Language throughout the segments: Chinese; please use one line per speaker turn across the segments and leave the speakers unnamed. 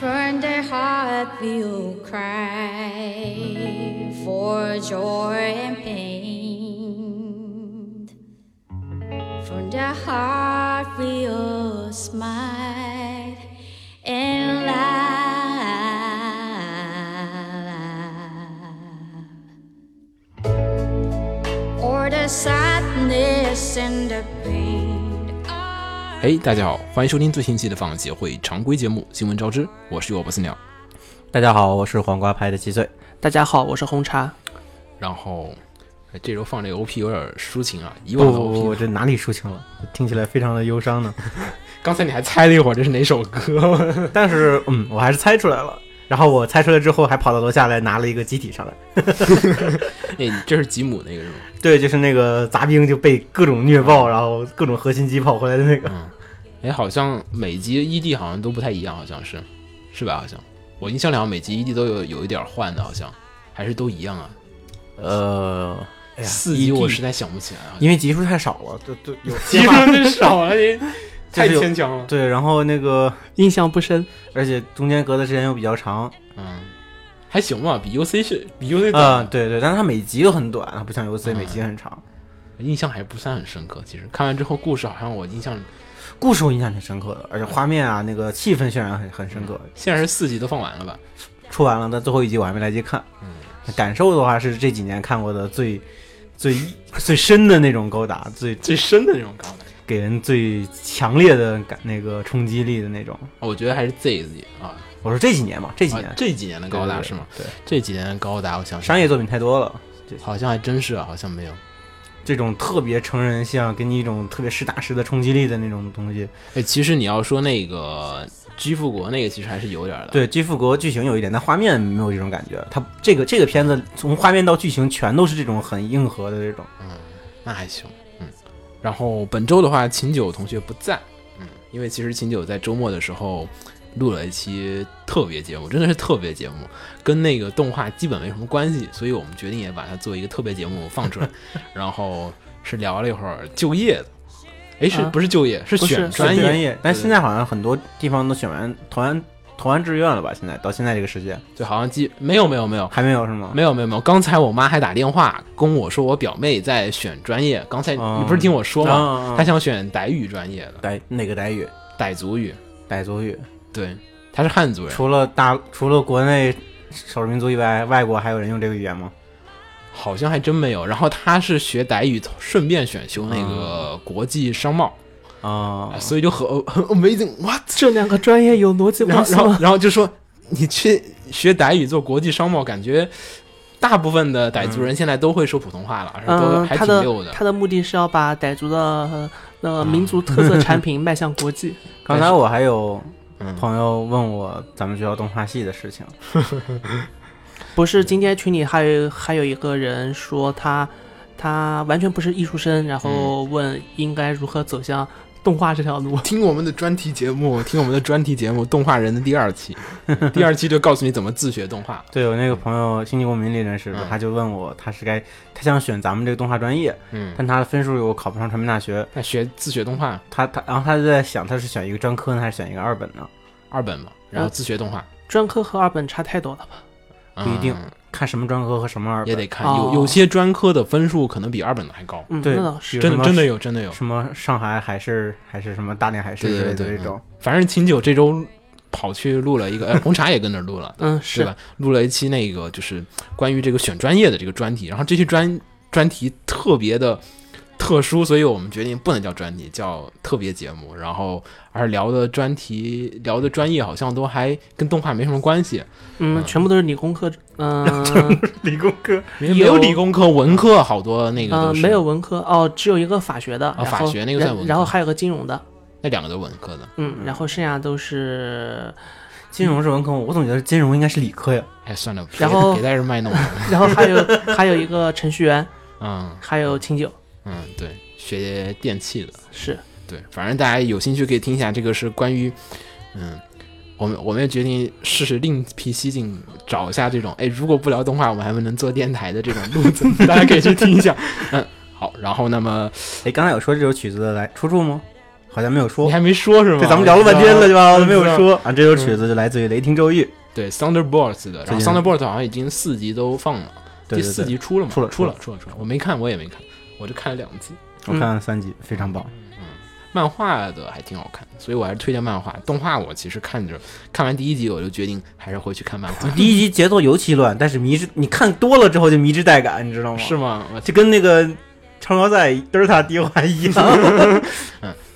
Burn their heart will cry for joy and pain. From their heart will smile and laugh. Or the sadness and the pain. are
哎，大家好，欢迎收听最新期的放养协会常规节目《新闻招之》，我是我不死鸟。
大家好，我是黄瓜派的七岁。
大家好，我是红茶。
然后哎这周放这个 OP 有点抒情啊，以
不
往的
不不，
OP，
这哪里抒情了？听起来非常的忧伤呢。
刚才你还猜了一会儿这是哪首 歌，
但是，嗯，我还是猜出来了。然后我猜出来之后，还跑到楼下来拿了一个集体上来。
那哎你这是吉姆那个是吗？
对，就是那个杂兵就被各种虐爆，然后各种核心机跑回来的那个。
哎，好像每集 ED 好像都不太一样，好像是，是吧？好像我印象里好像每集 ED 都有有一点换的，好像还是都一样啊。
呃，哎呀，
四集我
一
实在想不起来 啊，
因为集数太少了，对对， 有
集数真少了， 你
就是有
强了。
对，然后那个，
印象不深，
而且中间隔的时间又比较长，
嗯，还行吧，比 UC 是比 UC 短
嗯，对对，但是它每集又很短，它不像 UC
嗯
每集很长。
印象还不算很深刻。其实看完之后，故事好像我印象
故事我印象挺深刻的，而且画面啊，那个气氛渲染很很深刻。
现在是四集都放完了吧？
出完了，但最后一集我还没来及看。
嗯
感受的话是这几年看过的最最最深的那种勾搭，最
最深的那种感觉，
给人最强烈的感那个冲击力的那种。
我觉得还是 Z 集啊，
我说这几年嘛，这几年、
啊这几年的高达
对对对
是吗？
对，
这几年的高达，我想想
商业作品太多了，
好像还真是啊，好像没有。
这种特别成人像，给你一种特别实打实的冲击力的那种东西。
哎，其实你要说那个居富国那个，其实还是有点儿的。，
对《基复国》剧情有一点，但画面没有这种感觉。它这个这个片子从画面到剧情全都是这种很硬核的这种。
那还行。嗯，然后本周的话，秦九同学不在，嗯，因为其实秦九在周末的时候录了一期特别节目，真的是特别节目，跟那个动画基本没什么关系，所以我们决定也把它做一个特别节目放出 来。然后是聊了一会儿就业的，哎，是
啊
不是就业？是
不是
选
是专
专业。
业，但
对
现在好像很多地方都选完投完投完志愿了吧？现在到现在这个时间
就好像基没有没有没有
还没有是吗？
哦没有没有没有，刚才我妈还打电话跟我说，我表妹在选专业。刚才
哦
你不是听我说
啊
吗？
哦哦哦
她想选傣语专业的，
傣哪个傣语？
傣族语，
傣族语。
对，她是汉族人，
除了大除了国内少数民族以外，外国还有人用这个语言吗？
好像还真没有。然后她是学傣语，顺便选修那个国际商贸，
啊
所以就很很 amazing what。
这两个专业有逻辑
然
关
后
系
然后
吗？
然后就说你去学傣语做国际商贸，感觉大部分的傣族人现在都会说普通话了，然后都
嗯，
还
他
挺
的
溜的。嗯
他的目的是要把傣族的呃那民族特色产 品迈向国际。
刚才我还有
嗯
朋友问我咱们学校动画系的事情，
不是，今天群里还有还有一个人说他他完全不是艺术生，然
嗯
后问应该如何走向动画这条路。
听我们的专题节目，听我们的专题节目《动画人》的第二期，第二期就告诉你怎么自学动画。
对我那个朋友星际公民里认识的，
嗯
他就问我他是该他想选咱们这个动画专业，
嗯，
但他的分数又考不上传媒大学，
那学自学动画
他他然后他就在想他是选一个专科呢还是选一个二本呢？
二本嘛，然后自学动画、
专科和二本差太多了吧？
不一定
嗯
看什么专科和什么二
也
本，
得看。
哦
有有些专科的分数可能比二本的还高，
嗯，
对
那倒
比
是。，
如
真
什
的
么
真的有真的有。
什么上海海事还是什么大连海事
对
之
对
类
对
的
嗯
这种。
反正秦九这周跑去录了一个，哎，红茶也跟着录了
嗯，
对
是
吧？录了一期那个就是关于这个选专业的这个专题，然后这期专专题特别的。特殊，所以我们决定不能叫专题，叫特别节目。然后，而聊的专题、聊的专业好像都还跟动画没什么关系，
嗯，全部都是理工科， 嗯、
理工科
也有理工科、文科，好多那个
嗯、
都是、
没有文科哦，只有一个法学的，
啊
然后
法学那个
然
算文科
然后还有个金融的，
那两个都文科的。
嗯，然后剩下都是
金融是文科吗？我总觉得金融应该是理科呀。
哎，算了，别
然后
别在这卖弄了。
然后还有还有一个程序员，
嗯
还有清酒，
嗯，对，学电器的，
是
对，反正大家有兴趣可以听一下，这个是关于，嗯，我们我们也决定试试另辟蹊径，找一下这种，哎，如果不聊动画，我们还能做电台的这种路 子，大家可以去听一下。嗯，好，然后那么
哎，刚才有说这首曲子的来出处吗？好像没有说
你。还没说是吗？
哦
哦
对，咱们聊了半天了，对吧？我都没有
我知
啊说啊，这首曲子就来自于《雷霆咒语》，
对 Thunderbolts 的，然后
最近
Thunderbolts 好像已经四集都放了，
对对对
第四集出了吗？
出了
出
出
了
了，
出了，出了，我没看，我也没看，我就看了两集。
我看了三集，非常棒。
漫画的还挺好看，所以我还是推荐漫画。动画我其实看着看完第一集，我就决定还是回去看漫画。
第一集节奏尤其乱，但是迷之你看多了之后就迷之带感，你知道 吗？
是吗？我
就跟那个超高赛德尔塔迪瓦一 样。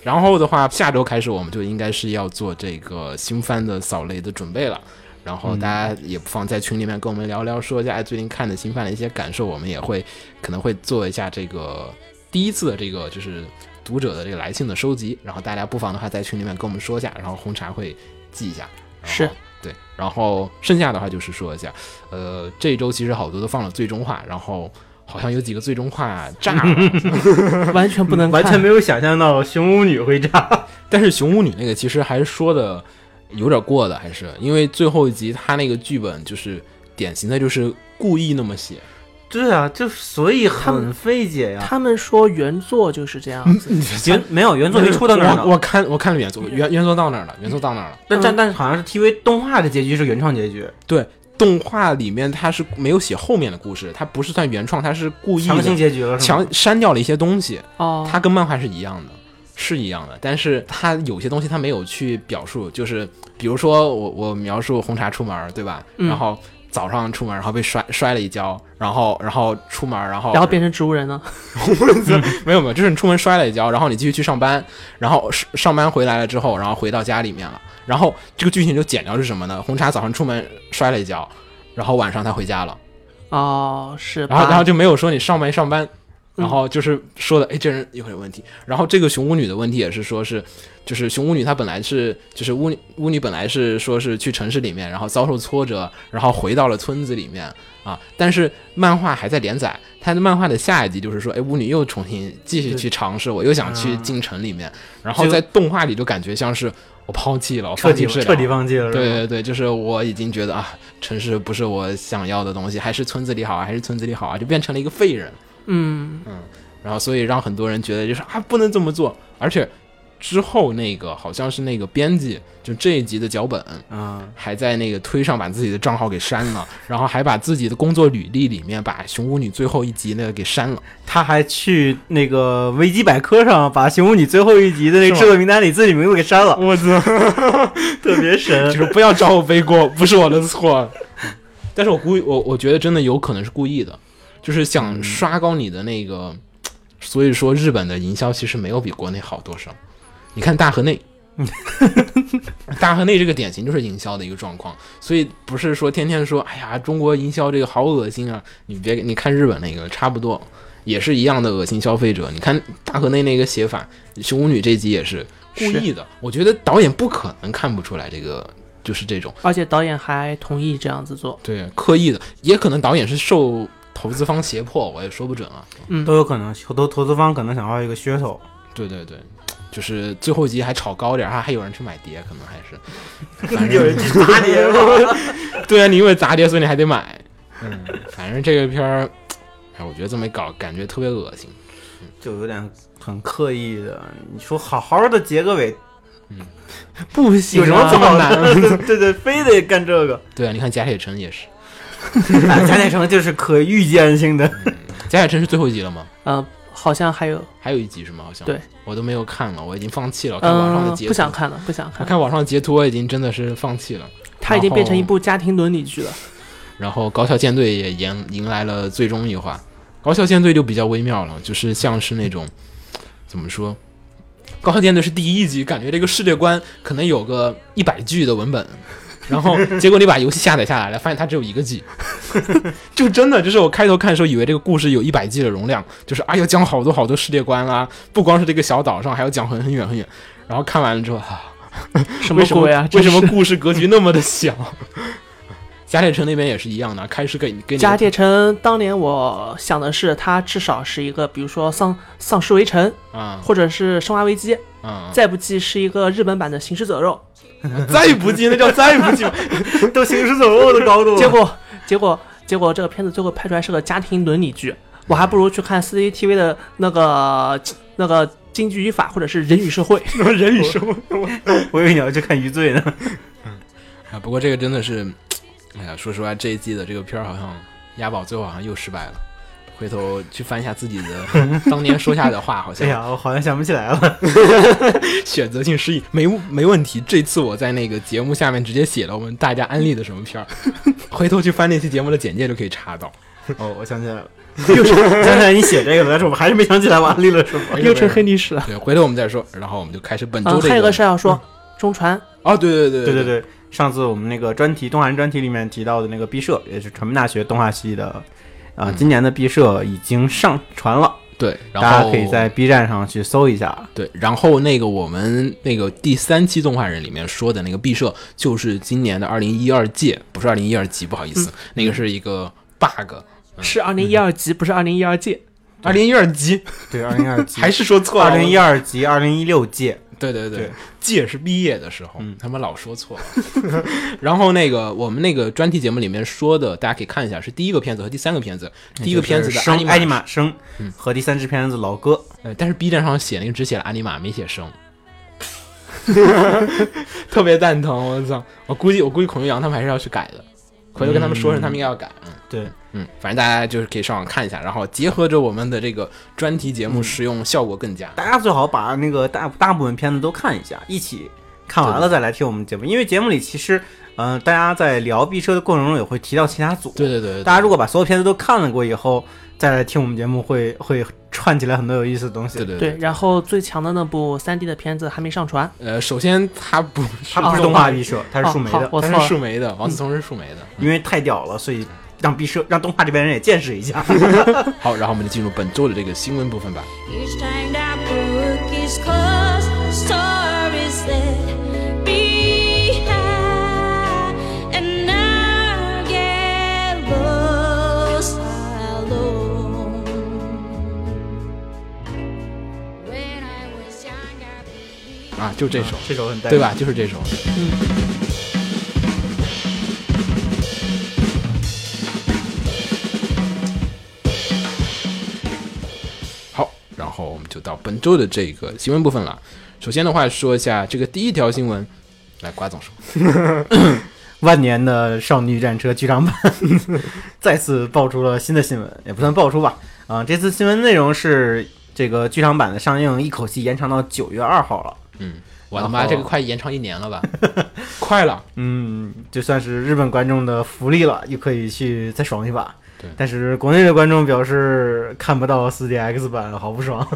然后的话，下周开始我们就应该是要做这个新番的扫雷的准备了。然后大家也不妨在群里面跟我们聊聊，说一下哎最近看的新番的一些感受，我们也会可能会做一下这个第一次的这个就是读者的这个来信的收集。然后大家不妨的话在群里面跟我们说一下，然后红茶会记一下。然后
是。
对，然后剩下的话就是说一下，呃，这周其实好多都放了最终话，然后好像有几个最终话炸了，
完全不
嗯
能
完全
看
没有想象到熊巫女会炸，
但是熊巫女那个其实还是说的有点过了，还是因为最后一集她那个剧本就是典型的就是故意那么写，
对啊，就所以很费解呀。
他们说原作就是这样，
嗯
嗯
原没有原作没出到那儿
我
呢，
我看我看了原作，原原作到那儿了，原作到那儿了。
但但但是好像是 TV 动画的结局是原创结局，
对，动画里面它是没有写后面的故事，它不是算原创，它是故意
强行
的
结局了是吗？
强删掉了一些东西，
哦，
它跟漫画是一样的，是一样的，但是它有些东西它没有去表述，就是比如说我我描述红茶出门儿，对吧？
嗯
然后早上出门儿，然后被摔摔了一跤，然后然后出门儿，然后
然后变成植物人了，
没有没有，就是你出门摔了一跤，然后你继续去上班，然后上上班回来了之后，然后回到家里面了，然后这个剧情就剪掉是什么呢？红茶早上出门摔了一跤，然后晚上他回家了。
哦，是吧，
然后然后就没有说你上没上班，
嗯
然后就是说的，哎，这人有点问题。然后这个熊巫女的问题也是说是，就是熊巫女她本来是就是巫女巫女本来是说是去城市里面，然后遭受挫折，然后回到了村子里面啊。但是漫画还在连载，她的漫画的下一集就是说，哎，巫女又重新继续去尝试，我又想去进城里面，然后
啊就
在动画里就感觉像是我抛弃了，我
彻
放弃
底
治疗
彻底放弃了，是吧
对对对，就是我已经觉得啊，城市不是我想要的东西，还是村子里好啊，还是村子里好啊，就变成了一个废人。
嗯，
然后所以让很多人觉得就是啊，不能这么做。而且之后那个好像是那个编辑，就这一集的脚本。
啊，
还在那个推上把自己的账号给删了，然后还把自己的工作履历里面把熊巫女最后一集那个给删了。
他还去那个维基百科上把熊巫女最后一集的那个制作名单里自己名字给删了，
我操！
特别神
就。是不要找我背锅，不是我的错。但是我估我我觉得真的有可能是故意的，就是想刷高你的那个。所以说，日本的营销其实没有比国内好多少。你看大河 内，大河内这个典型就是营销的一个状况，所以不是说天天说，哎呀，中国营销这个好恶心啊！你别你看日本那个差不多，也是一样的恶心消费者。你看大河内那个写法，《熊巫女》这集也是故意的。我觉得导演不可能看不出来这个就是这种
而且导演还同意这样子做，
对刻意的，也可能导演是受投资方胁迫，我也说不准啊。
都有可能，投投资方可能想要一个噱头，
对对对，就是最后一集还炒高点儿，还还有人去买碟，可能还是反
有
正
人去砸你。
对啊，你因为砸碟，所以你还得买。嗯，反正这个片儿，哎，我觉得这么一搞，感觉特别恶心。
就有点很刻意的。你说好好的结个尾，
不行、
有
啊，
什么
这
不
么
好
难
的？对 对对，非得干这个。
对啊，你看贾铁城也是，
贾乃成就是可预见性的，
贾铁城是最后一集了吗？
呃，好像还有，
还有一集是吗？好像
对，
我都没有看了，我已经放弃了。我看哦网上
嗯、
的截图，
不想看了，不想
我
看，
看网上截图，我已经真的是放弃了。
它已经变成一部家庭伦理剧了。
然后高校舰队也迎迎来了最终一话。高校舰队就比较微妙了，就是像是那种怎么说，高校舰队是第一集，感觉这个世界观可能有个一百 G 的文本，然后结果你把游戏下载下来了，发现它只有一个 G，就真的就是我开头看的时候以为这个故事有一百 G 的容量，就是啊要讲好多好多世界观啦、不光是这个小岛上，还要讲很很远很远。然后看完了之后啊，
什么
为什么
鬼啊？
为什么
真是
故事格局那么的小？ 贾铁城那边也是一样的，开始给你给你
贾铁城当年我想的是，它至少是一个，比如说丧丧尸围城，
啊
或者是生化危机，
啊！
再不济是一个日本版的行尸走肉。
再不济那 叫再不济，
都行 尸走肉的高度了。
结果结果结果这个片子最后拍出来是个家庭伦理剧，我还不如去看 CCTV 的那个那个。京剧语法，或者是人与社会，
人与生
我以为你要去看余罪 呢。
啊。不过这个真的是，哎呀，说实话，这一季的这个片儿好像押宝最后好像又失败了。回头去翻一下自己 的当年说下的话，好
哎
像
呀，我好像想不起来 了。
选择性失忆，没没问题。这次我在那个节目下面直接写了我们大家安利的什么片儿， 回头去翻那期节目的简介就可以查到。
哦，我想起来 了，又是想起来你写这个了，但是我还是没想起来我安利了什 么。
又成黑历史了。
对，回头我们再说。然后我们就开始本
嗯，
周这
还有个事儿要说，中传
哦，对对对
对对
对
对，上次我们那个专题动画人专题里面提到的那个毕设，也是传媒大学动画系的，啊、
嗯
今年的毕设已经上传了，
对，
大
然后
家可以在 B 站上去搜 一下。
对，然后那个我们那个第三期动画人里面说的那个毕设，就是今年的二零一二届，不是二零一二级，不好意思，那个是一个 bug，
是二零一二级，不是二零一二届。
二零一二级
对，二 零二级
还是说错了，
二零一，二级，二零一六届，
对对对
对，
届是毕业的时候，
嗯
他们老说错了。 然后那个我们那个专题节目里面说的，大家可以看一下，是第一个片子和第三个片子，第一个片子的
就是生
玛
艾尼玛生
嗯
和第三支片子老哥，
呃，但是 B 站上写那个只写了阿尼玛，没写生， 特别蛋疼。我操！我估计我估计孔玉阳他们还是要去改的，回头跟他们说说，他们应该要改。嗯
对，
嗯，反正大家就是可以上网看一下，然后结合着我们的这个专题节目，使用效果更佳。
大家最好把那个大大部分片子都看一下，一起看完了再来听我们节目，因为节目里其实，嗯、大家在聊毕设的过程中也会提到其他组，
对对对对，
大家
家
如果把所有片子都看了过以后，再来听我们节目会，会串起来很多有意思的东西。
对对
对，然后最强的那部三 D 的片子还没上传，
呃，首先它不
它不是动画毕设，它是
哦
树莓
好
的，
我错
它是
了。
树莓的，王思聪是树莓的。
因为太屌了，所以让毕设让动画这边人也见识 一下。
好，然后我们就进入本周的这个新闻部分吧。
Each time that book is closed, the story's left behind, and I get lost alone. When I was young, I believed.
啊，就这首，
这首很带
对吧？？就是这首。好，然后我们就到本周的这个新闻部分了。首先的话，说一下这个第一条新闻，来瓜总说，
万年的少女战车剧场 版再次爆出了新的新闻，也不算爆出吧。啊、这次新闻内容是这个剧场版的上映一口气延长到九月二号了。
我的妈，
然后
这个快延长一年 了吧？快了，
嗯，就算是日本观众的福利了，又可以去再爽一把。
对
但是国内的观众表示看不到 4DX 版了，好不爽。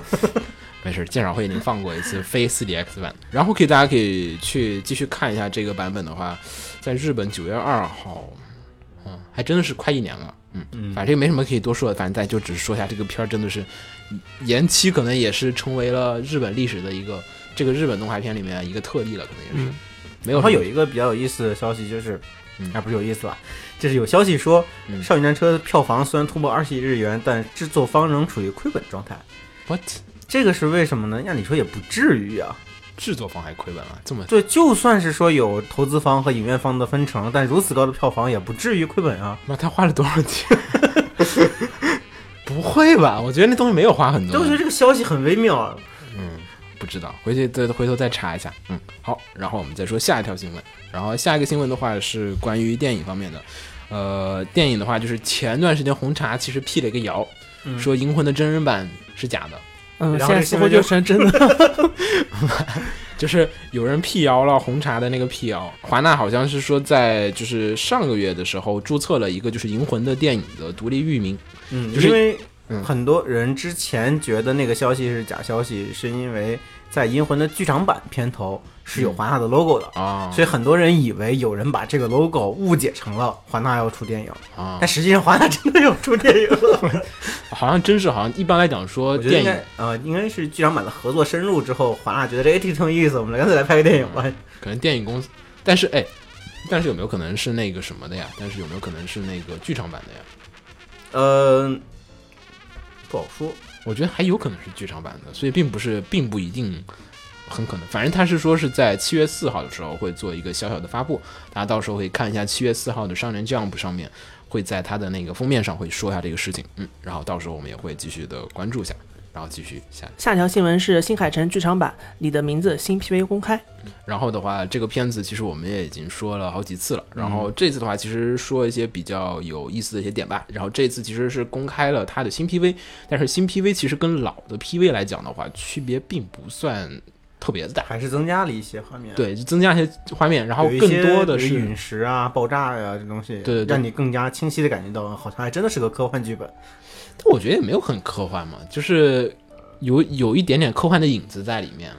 没事，鉴赏会已经放过一次非 4DX 版，然后可以大家可以去继续看一下这个版本的话，在日本九月二号，嗯，还真的是快一年了，嗯，
嗯
反正这个没什么可以多说的，反正咱就只是说一下这个片儿真的是延期，可能也是成为了日本历史的一个这个日本动画片里面一个特例了，可能也是、
嗯
没有 什
然
么
后有一个比较有意思的消息就是，
嗯
啊，不是有意思吧？就是有消息说，
嗯
少女战车》的票房虽然突破二十亿日元，但制作方仍处于亏本状态。
what
这个是为什么呢？按理说也不至于啊。
制作方还亏本了，这么
对，就算是说有投资方和影院方的分成，但如此高的票房也不至于亏本啊。
妈他花了多少 钱？不会吧？我觉得那东西没有花很多，
所以我觉得这个消息很微妙啊。
不知道，回去再回头再查一下。嗯，好，然后我们再说下一条新闻。然后下一个新闻的话是关于电影方面的。呃，电影的话就是前段时间红茶其实辟了一个谣，
嗯
说《银魂》的真人版是假的，
嗯，
然
现
后
在
这新闻
似乎就
就
成真的。
就是有人辟谣了红茶的那个辟谣。华纳好像是说在就是上个月的时候注册了一个就是《银魂》的电影的独立域名，
嗯，
就是
因为
嗯
很多人之前觉得那个消息是假消息，是因为在《银魂》的剧场版片头
嗯
是有华纳的 logo 的，
啊，
所以很多人以为有人把这个 logo 误解成了华纳要出电影，
啊
但，实际上华纳真的有出电影了。
好像真是好像一般来讲说
我觉得
电
应
影
该呃，应该是剧场版的合作深入之后，华纳觉得这个挺有意思，我们干脆来拍个电影吧。
可能电影公司，但是哎，但是有没有可能是那个什么的呀？但是有没有可能是那个剧场版的呀？
呃，不好说。
我觉得还有可能是剧场版的，所以并不是，并不一定很可能。反正他是说是在七月四号的时候会做一个小小的发布，大家到时候可以看一下七月四号的《少年 Jump》上面会在它的那个封面上会说一下这个事情，嗯，然后到时候我们也会继续的关注一下，然后继续下。
下条新闻是新海诚剧场版《你的名字》新 PV 公开，
然后的话，这个片子其实我们也已经说了好几次了。然
嗯
后这次的话，其实说一些比较有意思的一些点吧。然后这次其实是公开了它的新 PV，但是新 PV 其实跟老的 PV 来讲的话，区别并不算特别的大。
还是增加了一些画面，，
对，就增加一些画面，然后
嗯有一
更
些
多的
比如
是
陨石啊、爆炸呀、这东西，
对对对
让你更加清晰的感觉到，好像还真的是个科幻剧本。
但我觉得也没有很科幻嘛，就是有有一点点科幻的影子在里面。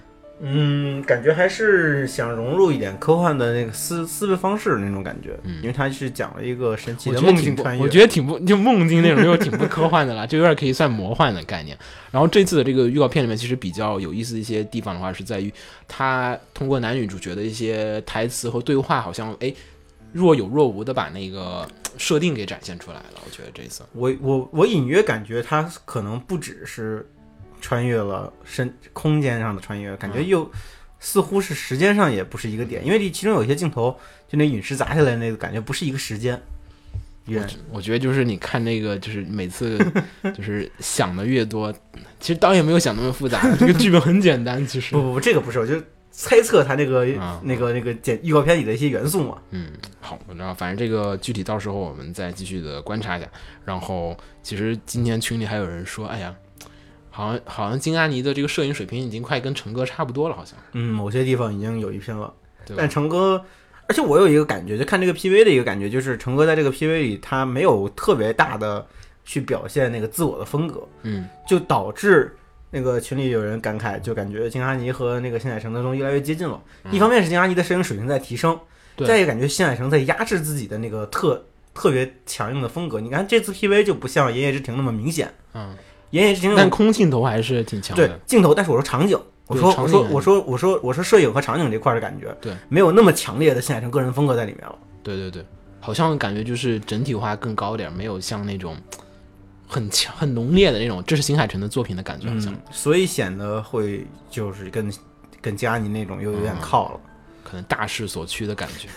嗯，感觉还是想融入一点科幻的那个思思维方式那种感觉，因为它是讲了一个神
嗯
奇
我
的
觉得
梦
挺
境
不，
穿越。
我觉得挺不就梦境那种又挺不科幻的啦，就有点可以算魔幻的概念。然后这次的这个预告片里面，其实比较有意思的一些地方的话，是在于他通过男女主角的一些台词和对话，好像哎若有若无的把那个设定给展现出来了。我觉得这次
我我我隐约感觉它可能不只是穿越了身空间上的穿越，感
嗯
觉又似乎是时间上也不是一个点，因为这其中有一些镜头，就那陨石砸下来那个感觉不是一个时间。远
我觉得就是你看那个，就是每 次就是想的越多，其实导演没有想那么复杂，这个剧本很简单，其实
不。不不，这个不是，我就猜测它这个、
啊
那个那个简预告片里的一些元素嘛。
嗯，好，然后反正这个具体到时候我们再继续的观察一下。然后其实今天群里还有人说，哎呀，好像好像金阿尼的这个摄影水平已经快跟陈哥差不多了，好像。
嗯，某些地方已经有一拼了，
对吧
但？成哥。而且我有一个感觉，就看这个 PV 的一个感觉，就是成哥在这个 PV 里，他没有特别大的去表现那个自我的风格，
嗯，
就导致那个群里有人感慨，就感觉金阿尼和那个新海诚的东西越来越接近了。一方面是金阿尼的摄影水平在提升，
嗯对
再一个感觉新海诚在压制自己的那个特特别强硬的风格。你看这次 PV 就不像《言叶之庭》那么明显，
嗯，
《言叶之庭》那
但
种
空镜头还是挺强
对
的。
镜头，但是我说场景。我
对
说
场
我
景
说
还
我说我说我说摄影和场景这块的感觉，
对，
没有那么强烈的新海诚个人风格在里面了。
对对对，好像感觉就是整体化更高点儿，没有像那种很强、很浓烈的那种，这是新海诚的作品的感觉，好像、
嗯，所以显得会就是跟跟加尼那种又有
嗯
点靠了。
可能大势所趋的感觉。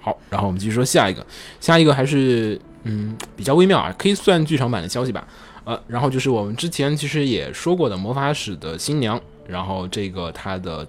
好，然后我们继续说下一个，下一个还是嗯比较微妙啊，可以算剧场版的消息吧。呃，然后就是我们之前其实也说过的《魔法使的新娘》，然后这个它的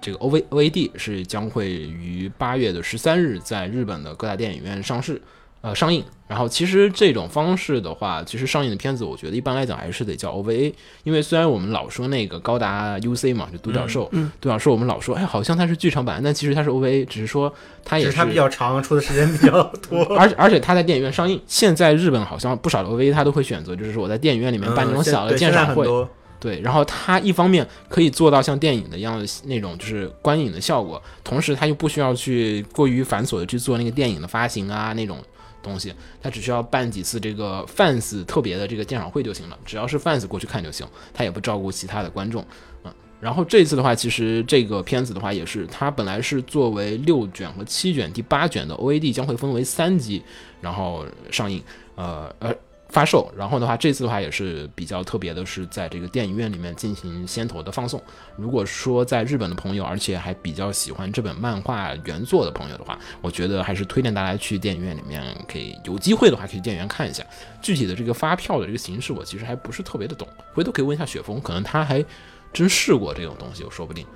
这个 O V O A D 是将会于八月的十三日在日本的各大电影院上市。呃，上映。然后其实这种方式的话，其实上映的片子，我觉得一般来讲还是得叫 OVA，因为虽然我们老说那个高达 UC 嘛，就独角兽，
嗯嗯
独角兽我们老说，哎，好像它是剧场版，但其实它是 OVA，只是说它也
只
是
是它比较长，出的时间比较多。
而且而且它在电影院上映。现在日本好像不少的 OVA 它都会选择，就是说我在电影院里面办那种小的
对
鉴
嗯现在
赏
很
会，
多
对，然后它一方面可以做到像电影的一样的那种就是观影的效果，同时它又不需要去过于繁琐的去做那个电影的发行啊那种东西，它只需要办几次这个 fans 特别的这个鉴赏会就行了，只要是 fans 过去看就行，它也不照顾其他的观众。嗯，然后这次的话，其实这个片子的话也是，它本来是作为六卷和七卷，第八卷的 OAD 将会分为三集，然后上映，呃呃发售。然后的话，这次的话也是比较特别的，是在这个电影院里面进行先头的放送。如果说在日本的朋友，而且还比较喜欢这本漫画原作的朋友的话，我觉得还是推荐大家去电影院里面，可以有机会的话可以去电影院看一下。具体的这个发票的这个形式，我其实还不是特别的懂，回头可以问一下雪峰，可能他还真试过这种东西，我说不定。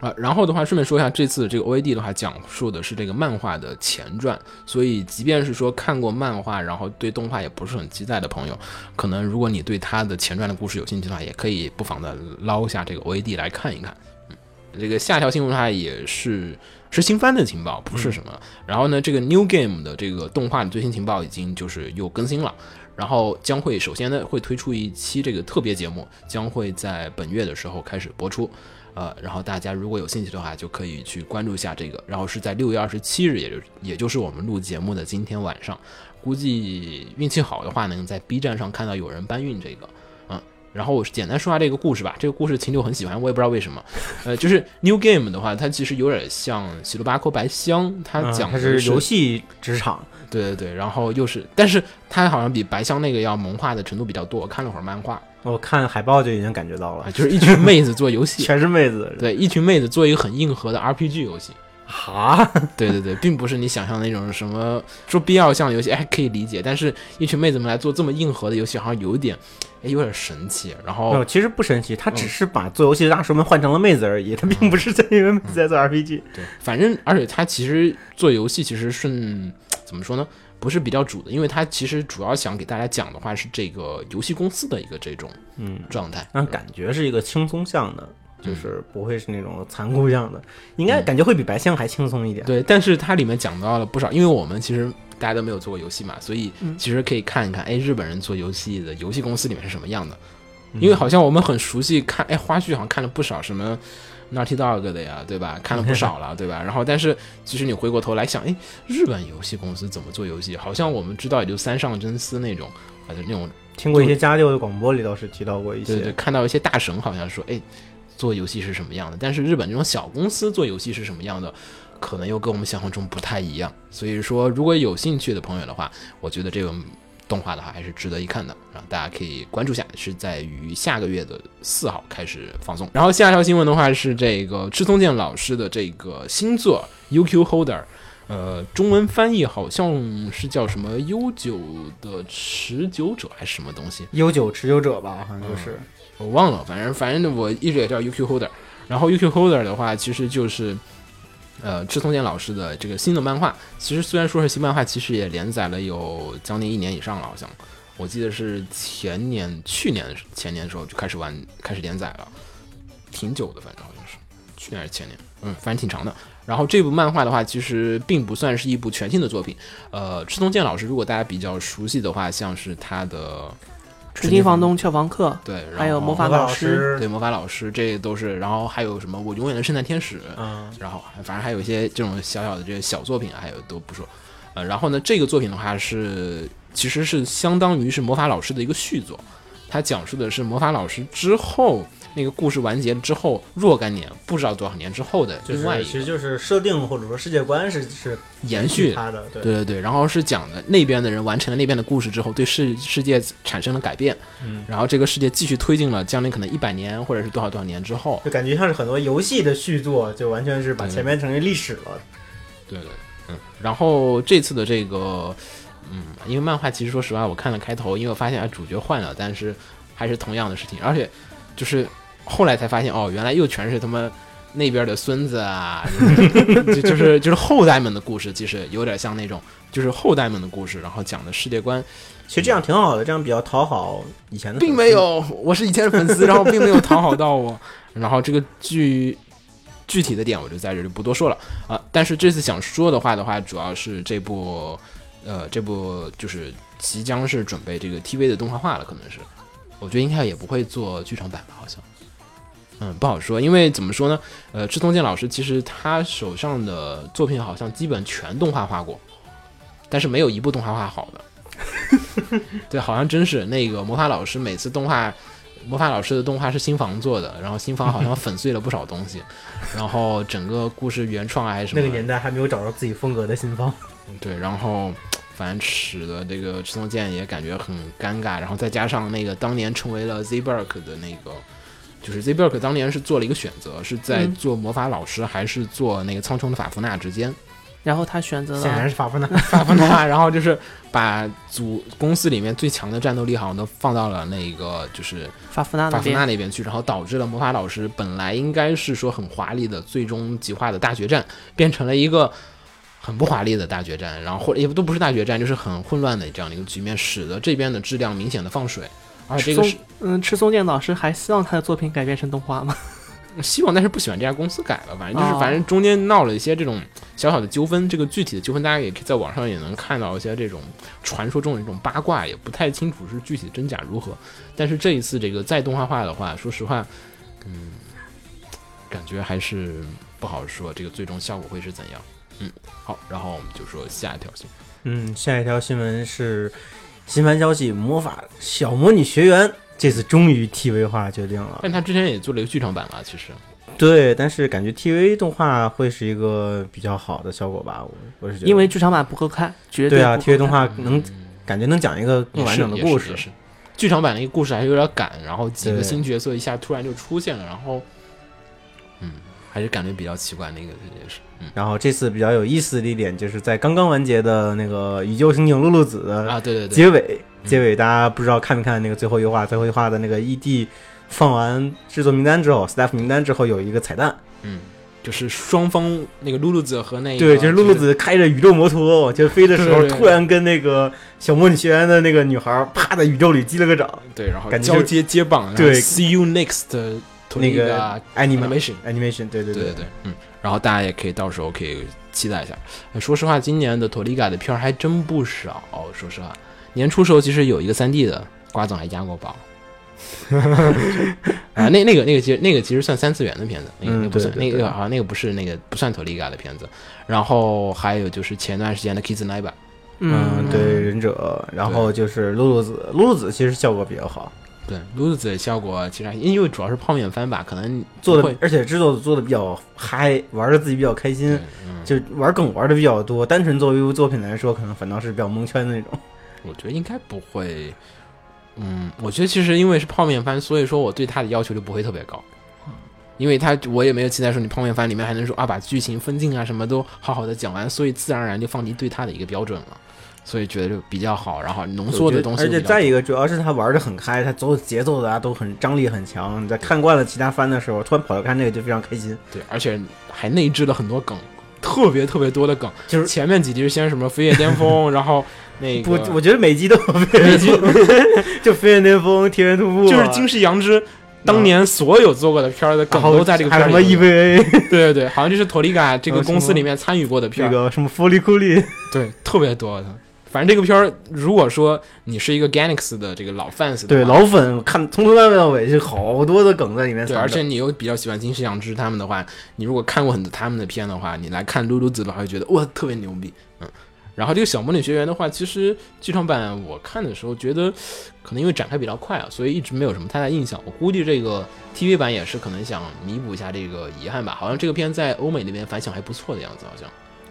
啊，然后的话，顺便说一下，这次这个 OAD 的话，讲述的是这个漫画的前传，所以即便是说看过漫画，然后对动画也不是很期待的朋友，可能如果你对它的前传的故事有兴趣的话，也可以不妨的捞一下这个 OAD 来看一看。嗯，这个下条新闻的话也是是新番的情报，不是什么。然后呢，这个 New Game 的这个动画的最新情报已经就是又更新了。然后将会首先呢会推出一期这个特别节目，将会在本月的时候开始播出。呃，然后大家如果有兴趣的话，就可以去关注一下这个。然后是在六月二十七日，也就也就是我们录节目的今天晚上，估计运气好的话呢，能在 B 站上看到有人搬运这个。嗯，然后我简单说下这个故事吧。这个故事秦九很喜欢，我也不知道为什么。呃，就是 New Game 的话，它其实有点像《喜鲁巴克白箱》，它
嗯
讲
它
的
是
是
游戏职场，
对对对，然后又是，但是它好像比白箱那个要萌化的程度比较多。我看了会儿漫画，
我看海报就已经感觉到
啊，
了，
就是一群妹子做游戏，
全是妹子。
对，一群妹子做一个很硬核的 RPG 游戏。
哈，
对对对，并不是你想象的那种什么说必要项的游戏，哎，可以理解。但是一群妹子们来做这么硬核的游戏，好像有一点，哎，有点神奇。然
没
后
有，其实不神奇，
嗯
他只是把做游戏的大叔们换成了妹子而已，他并不是真因为妹子在做 RPG。
对，反正而且它其实做游戏其实顺怎么说呢？不是比较主的，因为它其实主要想给大家讲的话是这个游戏公司的一个这种
嗯，
状态。
那感觉是一个轻松向的，
嗯
就是不会是那种残酷向的，应该感觉会比白象还轻松一点。嗯
对，但是它里面讲到了不少，因为我们其实大家都没有做过游戏嘛，所以其实可以看一看，哎，日本人做游戏的游戏公司里面是什么样的。
嗯
因为好像我们很熟悉看，哎，花絮好像看了不少什么 Naughty Dog 的呀，对吧？看了不少了，对吧？然后，但是其实你回过头来想，哎，日本游戏公司怎么做游戏？好像我们知道也就三上真司那种，啊，就那种，
听过一些家六的广播里倒是提到过一
对对，
些，
看到一些大神好像说，哎，做游戏是什么样的？但是日本这种小公司做游戏是什么样的？可能又跟我们想象中不太一样，所以说如果有兴趣的朋友的话，我觉得这个动画的话还是值得一看的，然后大家可以关注一下，是在于下个月的四号开始放送。然后下一条新闻的话是这个赤松健老师的这个新作《UQ Holder》，呃，中文翻译好像是叫什么“悠久的持久者”还是什么东西，
悠久持久者吧，好
嗯
像就是。
我忘了，反正反正我一直也叫 UQ Holder。然后 UQ Holder 的话，其实就是呃赤松健老师的这个新的漫画。其实虽然说是新漫画，其实也连载了有将近一年以上了，好像我记得是前年、去年、前年的时候就开始玩，开始连载了，挺久的，反正好像是去年还是前年，嗯，反正挺长的。然后这部漫画的话，其实并不算是一部全新的作品。呃，赤松健老师，如果大家比较熟悉的话，像是他的
纯金房东俏房客，
对，然后
还有魔法
老
老师，
对，魔法老师，这都是，然后还有什么我永远的圣诞天使，
嗯，
然后反正还有一些这种小小的这些小作品啊，还有都不说，呃，然后呢，这个作品的话是其实是相当于是魔法老师的一个续作，它讲述的是魔法老师之后那个故事完结之后若干年，不知道多少年之后的
就
另外
是
一
其实
个
就是设定或者说世界观是是
延续。
他的，对
对对对，然后是讲的那边的人完成了那边的故事之后，对世世界产生了改变，
嗯
然后这个世界继续推进了将近可能一百年或者是多少多少年之后，
就感觉像是很多游戏的续作，就完全是把
对
前面成为历史了。
对对，嗯。然后这次的这个，嗯，因为漫画其实说实话，我看了开头，因为我发现啊主角换了，但是还是同样的事情，而且就是后来才发现哦，原来又全是他们那边的孙子啊，就就是就是后代们的故事，其实有点像那种就是后代们的故事，然后讲的世界观
其实这样挺好的，这样比较讨好以前的粉丝，
并没有，我是以前的粉丝，然后并没有讨好到我。然后这个剧具体的点我就在这里不多说了啊、但是这次想说的话的话，主要是这部呃这部就是即将是准备这个 TV 的动画化了，可能是，我觉得应该也不会做剧场版吧，好像。嗯，不好说，因为怎么说呢？呃，志同健老师其实他手上的作品好像基本全动画化过，但是没有一部动画化好的。 对，好像真是那个魔法老师每次动画，魔法老师的动画是新房做的，然后新房好像粉碎了不少东西，然后整个故事原创啊还是什么
那个年代还没有找到自己风格的新方。
对，然后反正使得这个赤松健也感觉很尴尬，然后再加上那个当年成为了 Z Burke 的那个，就是 Z Burke 当年是做了一个选择，是在
嗯
做魔法老师还是做那个苍穹的法芙娜之间，
然后他选择
嗯
显然
了
是法夫 纳，
法芙娜，然后就是把组公司里面最强的战斗力好像都放到了那个就是
法芙娜
法
那
芙纳
边，
那边去，然后导致了魔法老师本来应该是说很华丽的最终极化的大决战，变成了一个很不华丽的大决战，然后或者也都不是大决战，就是很混乱的这样的一个局面，使得这边的质量明显的放水。而且
赤
这个
松
是
嗯，赤松健老师还希望他的作品改编成动画吗？
希望但是不喜欢这家公司改了，反正就是
哦
反正中间闹了一些这种小小的纠纷，这个具体的纠纷大家也可以在网上也能看到一些这种传说中的这种八卦，也不太清楚是具体真假如何。但是这一次这个再动画化的话，说实话，嗯，感觉还是不好说这个最终效果会是怎样。嗯，好，然后我们就说下一条新闻。
嗯，下一条新闻是新番消息，《魔法小魔女学园》这次终于 TV 化决定了。
但他之前也做了一个剧场版了，其实
对，但是感觉 TV 动画会是一个比较好的效果吧，我我是觉得，
因为剧场版不够看，绝
对啊
不够
，TV 动
看
画能感觉能讲一个更完整的故
嗯也是也
事
是。剧场版的一个故事还是有点赶，然后几个
对
新角色一下突然就出现了，然后，嗯，还是感觉比较奇怪那个也是，嗯
然后这次比较有意思的一点，就是在刚刚完结的那个《宇宙刑警露露子》的
啊，对对嗯对，
呃结尾，结尾大家不知道看没看那个最后一话，最后一话的那个 ED 放完制作名单之后，staff 名单之后有一个彩蛋，
嗯，就是双方那个露露子和那个
对，就是露露子开着宇宙摩托往前飞的时
对
候，
对对
突然跟那个小魔女学员的那个女孩啪在宇宙里击了个掌，
对，然后
感觉
交
是
接接棒，
对
，See you next，
那个 anime
animation。
animation，对对
对对
对
对，嗯，然后大家也可以到时候可以期待一下。呃说实话，今年的托利嘎的片儿还真不少。说实话，年初时候其实有一个三 D 的，瓜总还压过 宝。啊，那那个那个其实那个其实算三次元的片子，那个、
嗯
那个不算，
对对
那
对
个好像那个不是那个不算托利嘎的片子。然后还有就是前段时间的 Kiss n i b a
嗯
嗯，
对忍者，然后就是露露子，露露子其实效果比较好，
对 Lose 的效果其实还因为主要是泡面番吧，可能
做嗯
会
的而且制作组做的比较嗨，玩的自己比较开心。
嗯
就玩梗玩的比较多，单纯作为一部作品来说，可能反倒是比较蒙圈的那种。
我觉得应该不会。嗯，我觉得其实因为是泡面番，所以说我对它的要求就不会特别高，
嗯
因为它我也没有期待说你泡面番里面还能说啊把剧情分镜啊什么都好好的讲完，所以自然而然就放低对它的一个标准了，所以觉得就比较好，然后浓缩的东西
而
又比较多。
且再一个，主要是他玩的很开，他所有节奏的啊都很张力很强。你在看惯了其他番的时候，突然跑来看这个就非常开心。
对，而且还内置了很多梗，特别特别多的梗，
就是
前面几集是先什么飞跃巅 峰，然后那
不
个，
我觉得每集都有飞人
每集
突破 就飞人巅峰、田园突破，
就是金世阳之当年所有做过的片儿的梗
然后
都在这个
嗯还
片
有
儿
什
里
么 E
面。
EVA
对对对，好像就是托利嘎这
呃
个
什
公司
么
里面参与过的片
这
儿，
个什么弗利库利，
对，特别多的。反正这个片儿，如果说你是一个 Ganex 的这个老 fans 的
对
话
老粉我看从头到尾就好多的梗在里面
对，
藏
而
着
且。你又比较喜欢金石养之他们的话，你如果看过很多他们的片的话，你来看露露子的话，会觉得哇特别牛逼，嗯。然后这个小魔女学园的话，其实剧场版我看的时候觉得，可能因为展开比较快啊，所以一直没有什么太大印象。我估计这个 TV 版也是可能想弥补一下这个遗憾吧。好像这个片在欧美那边反响还不错的样子，好像。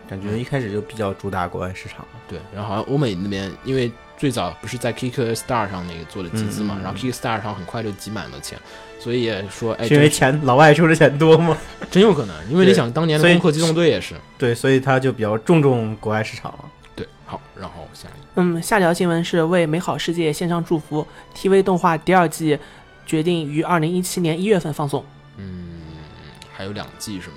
感觉一开始就比较主打国外市场了。
对，然后好像欧美那边，因为最早不是在 Kickstar 上那个做的集资嘛，
嗯嗯嗯
然后 Kickstar 上很快就集满了钱，所以也说，哎，
是因为
真
钱老外出的钱多吗？
真有可能，因为你
对
想当年的
所以
《攻克机动队》也是，
对，所以他就比较注重国外市场了。
对，好，然后下一个，
嗯，下条新闻是为美好世界献上祝福。TV 动画第二季决定于二零一七年一月份放送。
嗯，还有两季是吗？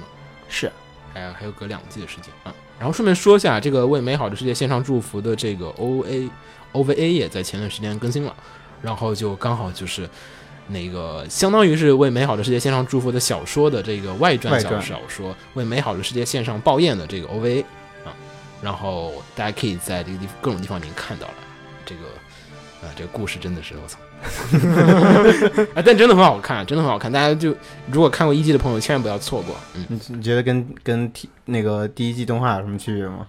是，
还有还有隔两季的时间啊。然后顺便说一下，这个为美好的世界献上祝福的这个 O A O V A 也在前段时间更新了，然后就刚好就是那个相当于是为美好的世界献上祝福的小说的这个外传
外
小
传
小说，为美好的世界献上抱怨的这个 O V A 啊，然后大家可以在这个地各种地方已经看到了这个。啊，这个故事真的是我操！ 啊，但真的很好看，真的很好看。大家就如果看过一季的朋友，千万不要错过。嗯，
你你觉得跟跟 T 那个第一季动画有什么区别吗？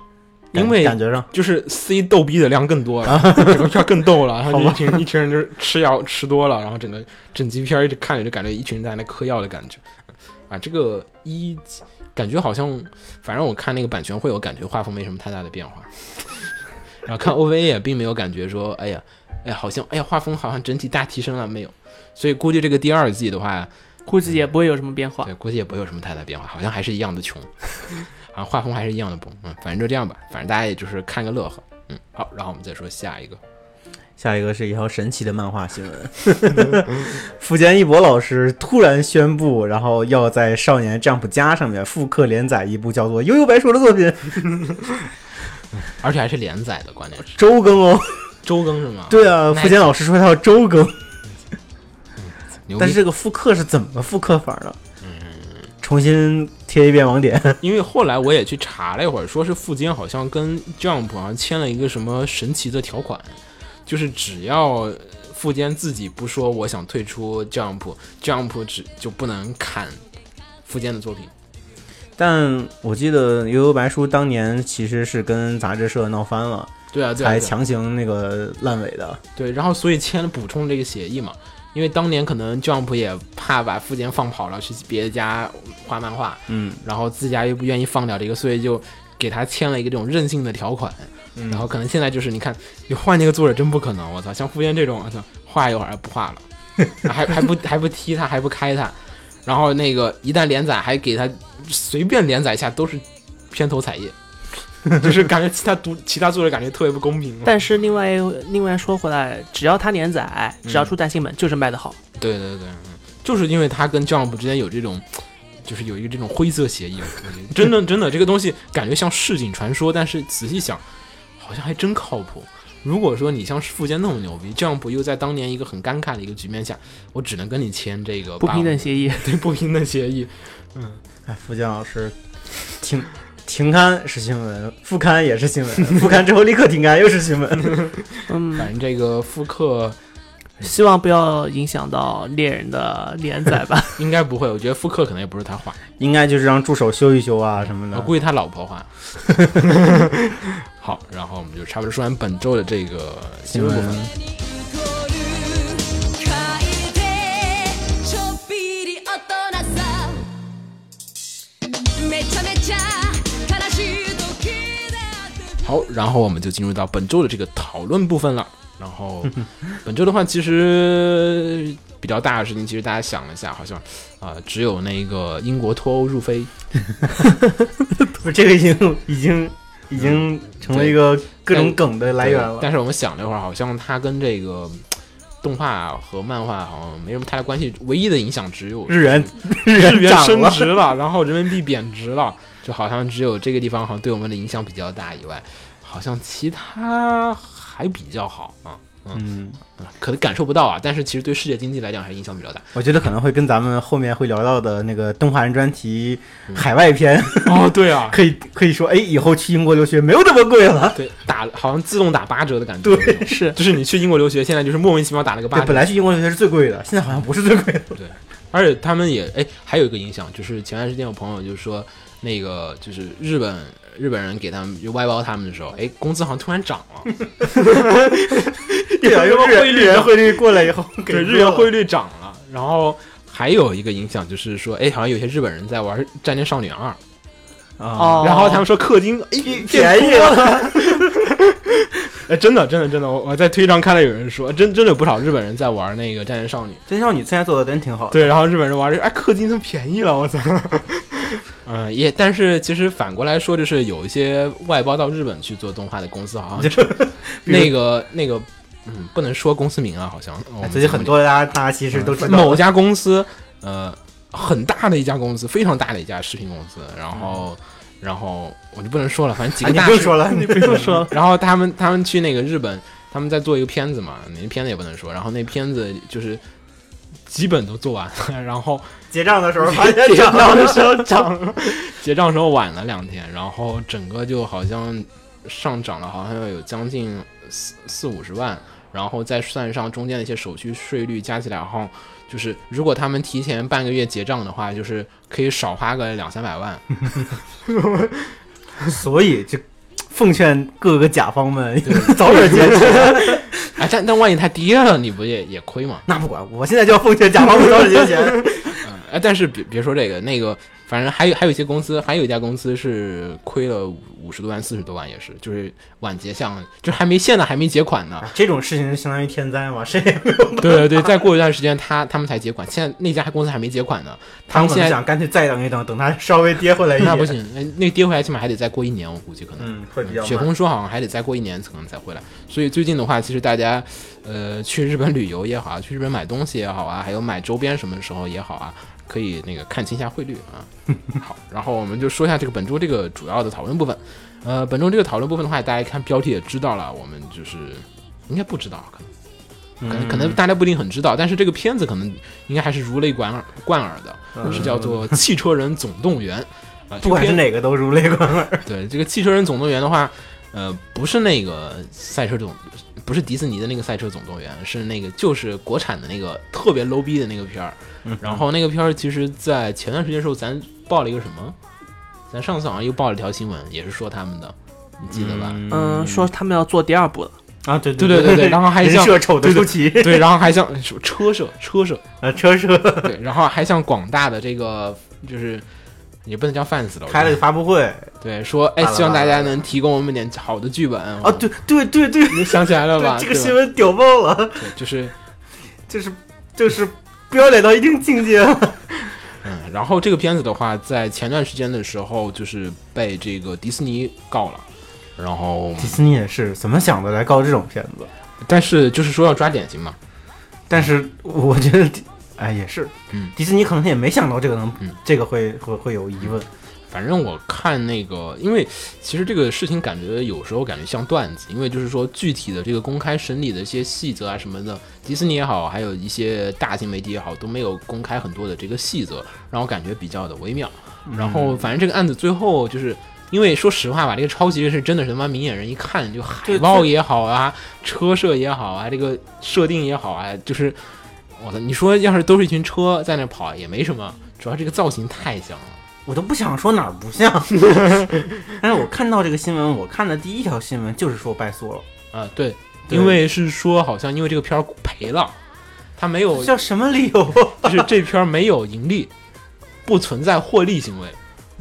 感
因为
感觉上
就是 C 逗逼的量更多了，整个片儿更逗 了，然后就
啊好
一
吧
群一群人就是吃药吃多了，然后整个整集片儿一直看着就感觉一群人在那嗑药的感觉，啊，这个一感觉好像，反正我看那个版权会，我感觉画风没什么太大的变化， 然后看 OVA 也并没有感觉说，哎呀，哎呀，好像哎呀画风好像整体大提升了没有，所以估计这个第二季的话，
估计也不会有什么变化。
对，估计也不会有什么太大变化，好像还是一样的穷，好像画风还是一样的崩，嗯，反正就这样吧，反正大家也就是看个乐呵，嗯，好，然后我们再说下一个，
下一个是一条神奇的漫画新闻， 福建一博老师突然宣布，然后要在《少年 Jump 加》上面复刻连载一部叫做《悠悠白书》的作品，
而且还是连载的，关键是
周更哦。
周更是吗？，
对啊，
那
福建老师说他要周更，
牛逼，
但是这个复刻是怎么复刻法呢？重新贴一遍网点。
因为后来我也去查了一会儿，说是富坚好像跟 Jump 好像签了一个什么神奇的条款，就是只要富坚自己不说我想退出 Jump，Jump 只就不能砍富坚的作品。
但我记得《悠悠白书》当年其实是跟杂志社闹翻了，
对啊，对啊，
才
对啊
强行那个烂尾的。
对，然后所以签了补充这个协议嘛，因为当年可能 Jump 也怕把富坚放跑了，去别的家画漫画，
嗯，
然后自家又不愿意放掉这个，所以就给他签了一个这种任性的条款。
嗯
然后可能现在就是你看，你换那个作者真不可能，我操！像富坚这种，我操，画一会儿不画了，然后还还不还不踢他，还不开他，然后那个一旦连载还给他随便连载一下都是片头彩页， 就是感觉其他读其他作者感觉特别不公平。
但是另外另外说回来，只要他连载，
嗯
只要出单行本，就是卖的好。
对对对，嗯就是因为他跟 Jump 之间有这种，就是有一个这种灰色协议，我觉得真的真的这个东西感觉像市井传说，但是仔细想，好像还真靠谱。如果说你像富坚那么牛逼，Jump 又在当年一个很尴尬的一个局面下，我只能跟你签这个
不平等
议，
协议，
对 不平等协议，
哎，福建老师停停刊是新闻，复刊也是新闻， 复刊之后立刻停刊又是 新闻。
反
嗯，
正这个复刻
希望不要影响到猎人的连 载吧。
应该不会，我觉得复刻可能也不是他画，
应该就是让助手修一修啊什么
嗯
我
的。
估计他老婆画。 好，然后我们就差不多说完本周的这个新闻部分。
ちょっぴり大人さめちゃめちゃ悲しい時だって
好，然后我们就进入到本周的这个讨论部分了。然 后本周的话，其实比较大的事情，其实大家想了一下，好像啊、呃只有那个英国脱欧入非，
不是这个已经已经已经成为一个各种梗的来源
嗯对
了。
但是我们想了一会儿，好像它跟这个动画和漫画好像没什么太大关系，唯一的影响只有
日元
日元
涨
升
了，
值了， 然后人民币贬值了，就好像只有这个地方好像对我们的影响比较大以外，好像其他还比较好啊。
嗯，
嗯可能感受不到啊，但是其实对世界经济来讲还是影响比较大。
我觉得可能会跟咱们后面会聊到的那个动画人专题
嗯
海外篇，
哦，对啊，
可以可以说，哎，以后去英国留学没有那么贵了。
对，打好像自动打八折的感觉。
对，
是
就是你去英国留学，现在就是莫名其妙打了个八
对，
折
本。来去英国留学是最贵的，现在好像不是最贵的。
而且他们也哎，还有一个影响，就是前段时间有朋友就说，那个就是日本日本人给他们就外包他们的时候，哎，工资好像突然涨了，
对啊，因为日日元汇率过来以后，给
对，日元汇率涨了。然后还有一个影响就是说，哎，好像有些日本人在玩《战舰少女二》，
啊，
哦，
嗯然后他们说氪金，哎，
便宜啊 了。
哎，真的真的真的，我我在推上看到有人说，真真的有不少日本人在玩那个《战舰少女》。
真少女现在做的真挺好的。
对，然后日本人玩这，哎，氪金都便宜了，我操！ 嗯，也，但是其实反过来说，就是有一些外包到日本去做动画的公司，好像
如
那个那个，嗯，不能说公司名啊，好像我
哎
们
最近
节目
很
里
多大家大家其实都知道，
某家公司，呃，很大的一家公司，非常大的一家视频公司，然后，然后我嗯啊就不能说了，反正几
哎
个
你
大
不
视
用说了， 你不用说了。
然后他们他们去那个日本，他们在做一个片子嘛，那片子也不能说，然后那片子就是基本都做完了，然 后
结账的时候发现涨了的时候涨了，
结账时候晚了两天，然后整个就好像上涨了，好像要有将近四四五十万，然后再算上中间的一些手续税率，加起来好像就是如果他们提前半个月结账的话，就是可以少花个两三百万。
所以就奉劝各个甲方们
对
早点结账。
哎，但但万一它跌了，你不也也亏吗？
那不管，我现在就要奉劝甲方们早点结 钱。
嗯，哎，但是别别说这个，那个反正还有还有一些公司，还有一家公司是亏了五十多万、四十多万，也是就是晚结项，就还没现在还没结款 呢。
这种事情就相当于天灾嘛，谁也没有办法。
对对对，再过一段时间他他们才结款，现在那家公司还没结款呢，
他
们
们可能
现在
想干脆再等一等，等它稍微跌回来一点。
那不行，那那跌回来起码还得再过一年，我估计可能。
嗯，会比较
雪
慢。
峰说好像还得再过一年可能才回来，所以最近的话，其实大家，呃，去日本旅游也好啊，去日本买东西也好啊，还有买周边什么时候也好啊，可以那个看清一下汇率 啊。好，然后我们就说一下这个本周这个主要的讨论部分。呃，本周这个讨论部分的话，大家看标题也知道了，我们就是应该不知道，可能可能可
嗯
能大家不一定很知道，但是这个片子可能应该还是如雷贯耳贯耳的，是叫做《汽车人总动员》啊。
不管是
这个片
哪个都如雷贯耳。
对这个《汽车人总动员》的话，呃，不是那个赛车总，不是迪士尼的那个《赛车总动员》，是那个就是国产的那个特别 low 逼的那个片儿。
嗯
然后那个片儿其实，在前段时间的时候，咱报了一个什么？咱上次好像又报了一条新闻，也是说他们的，你记得吧？
嗯，说他们要做第二部了，
啊，对
对
对
对对然后还
人
像
设丑的
对
出
对
奇，
对，然后还像什么车社车社，
呃，车社
对，然后还向广大的这个就是也不能叫 fans 了，我
开了
觉
个
得
发布会
对，说哎，
罢了
希望
罢
大
了
家能提供我们点好的剧本
啊，，对对对对，
你想起来了吧？
这个
对吧
新闻屌爆了，
对，就是
就是就是不要脸到一定境界了。
嗯，然后这个片子的话，在前段时间的时候，就是被这个迪士尼告了，然后
迪士尼也是怎么想的来搞这种片子？
但是就是说要抓典型嘛，
但是我觉得，哎，也是，
嗯
迪士尼可能也没想到这个能，
嗯
这个会会会有疑问。
反正我看那个，因为其实这个事情感觉有时候感觉像段子，因为就是说具体的这个公开审理的一些细则啊什么的，迪士尼也好，还有一些大型媒体也好，都没有公开很多的这个细则，让我感觉比较的微妙。
嗯
然后反正这个案子最后就是。因为说实话吧，这个抄袭这事真的是他妈明眼人一看就海
对
报
这
也好啊，车设也好啊，这个设定也好啊，就是我操，你说要是都是一群车在那跑也没什么，主要这个造型太像了。
我都不想说哪儿不像， 但是我看到这个新闻，我看的第一条新闻就是说拜索了，
啊，对，
对
因为是说好像因为这个片儿赔了，他没有，
这
就
叫什么理由啊？
是这片儿没有盈利，不存在获利行为，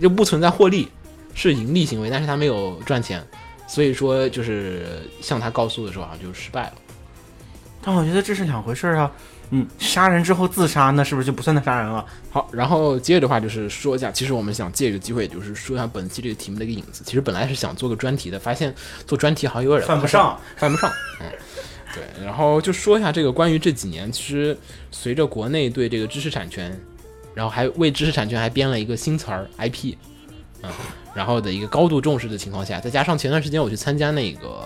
就不存在获利是盈利行为，但是他没有赚钱，所以说就是向他告诉的时候好像就失败了。
但我觉得这是两回事儿啊。嗯，杀人之后自杀，那是不是就不算他杀人了？
好，然后接着的话就是说一下，其实我们想借这个机会，就是说一下本期这个题目的一个引子。其实本来是想做个专题的，发现做专题好像有点
犯不上，
犯不上。嗯，对。然后就说一下这个关于这几年，其实随着国内对这个知识产权，然后还为知识产权还编了一个新词儿 IP，嗯，然后的一个高度重视的情况下，再加上前段时间我去参加那个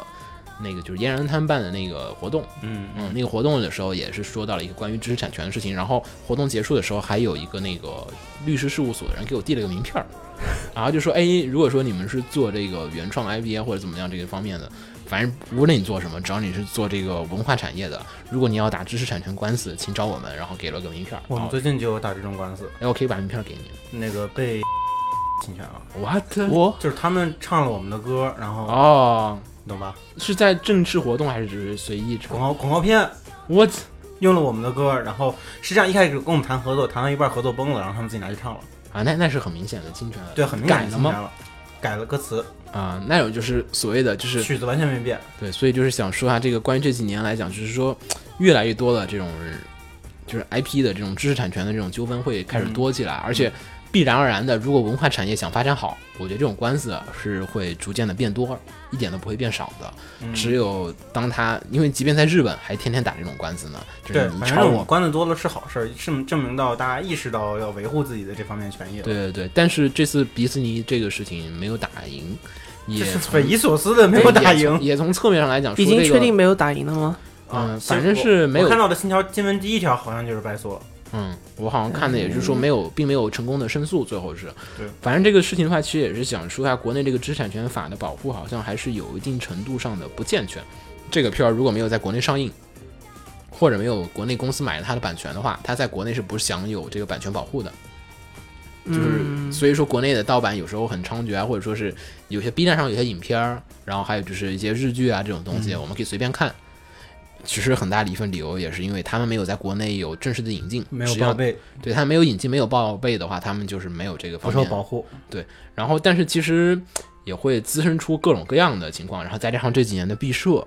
那个就是嫣然摊办的那个活动，
嗯
嗯，那个活动的时候也是说到了一个关于知识产权的事情，然后活动结束的时候还有一个那个律师事务所的人给我递了个名片 儿，然后就说，哎，如果说你们是做这个原创 IP 啊或者怎么样这个方面的，反正无论你做什么，只要你是做这个文化产业的，如果你要打知识产权官司，请找我们，然后给了个名片儿，
我们
哦
最近就有打这种官司，
哎，我可以把名片儿给你
那个被 侵权了，
，what
我
就是他们唱了我们的歌，然后
哦，
你懂吧？
是在正式活动还是只是随意
广告广告片
？what
用了我们的歌，然后实际上一开始跟我们谈合作，谈到一半合作崩了，然后他们自己拿去唱了，
啊，那那是很明显的侵权，
对，很明显
改
是
了
侵权
吗？
了，改了歌词，
啊，那有就是所谓的就是
曲子完全没变。
对，所以就是想说啊下这个关于这几年来讲，就是说越来越多的这种就是 IP 的这种知识产权的这种纠纷会开始多起来，
嗯
而且必然而然的，如果文化产业想发展好，我觉得这种官司是会逐渐的变多，一点都不会变少的。
嗯
只有当他因为即便在日本还天天打这种官司呢，就是
对，
你
反
抄
正我
我。
关的多了是好事儿，证证明到大家意识到要维护自己的这方面权益了。
对，对对，但是这次迪士尼这个事情没有打赢，也
这是
从
匪夷所思的，没有
也
打
从
赢。
也从侧面上来讲，
已
嗯说
经
这
确
个
定没有打赢了吗？
嗯，
所以
反正是
我
没有
我看到的新条新闻第一条好像就是白说，
嗯，我好像看的也是说没有，并没有成功的申诉，最后是，
对，
反正这个事情的话，其实也是想说一下，国内这个知识产权法的保护好像还是有一定程度上的不健全。这个片儿如果没有在国内上映，或者没有国内公司买了它的版权的话，它在国内是不享有这个版权保护的。就是
嗯
所以说国内的盗版有时候很猖獗啊，或者说是有些 B 站上有些影片儿，然后还有就是一些日剧啊这种东西，
嗯
我们可以随便看。其实很大的一份理由也是因为他们没有在国内有正式的引进，只要，
备，
对他没有引进没有报备的话，他们就是没有这个
不
方
受
面。
保护。
然后，但是其实也会滋生出各种各样的情况，然后再加上这几年的毕设，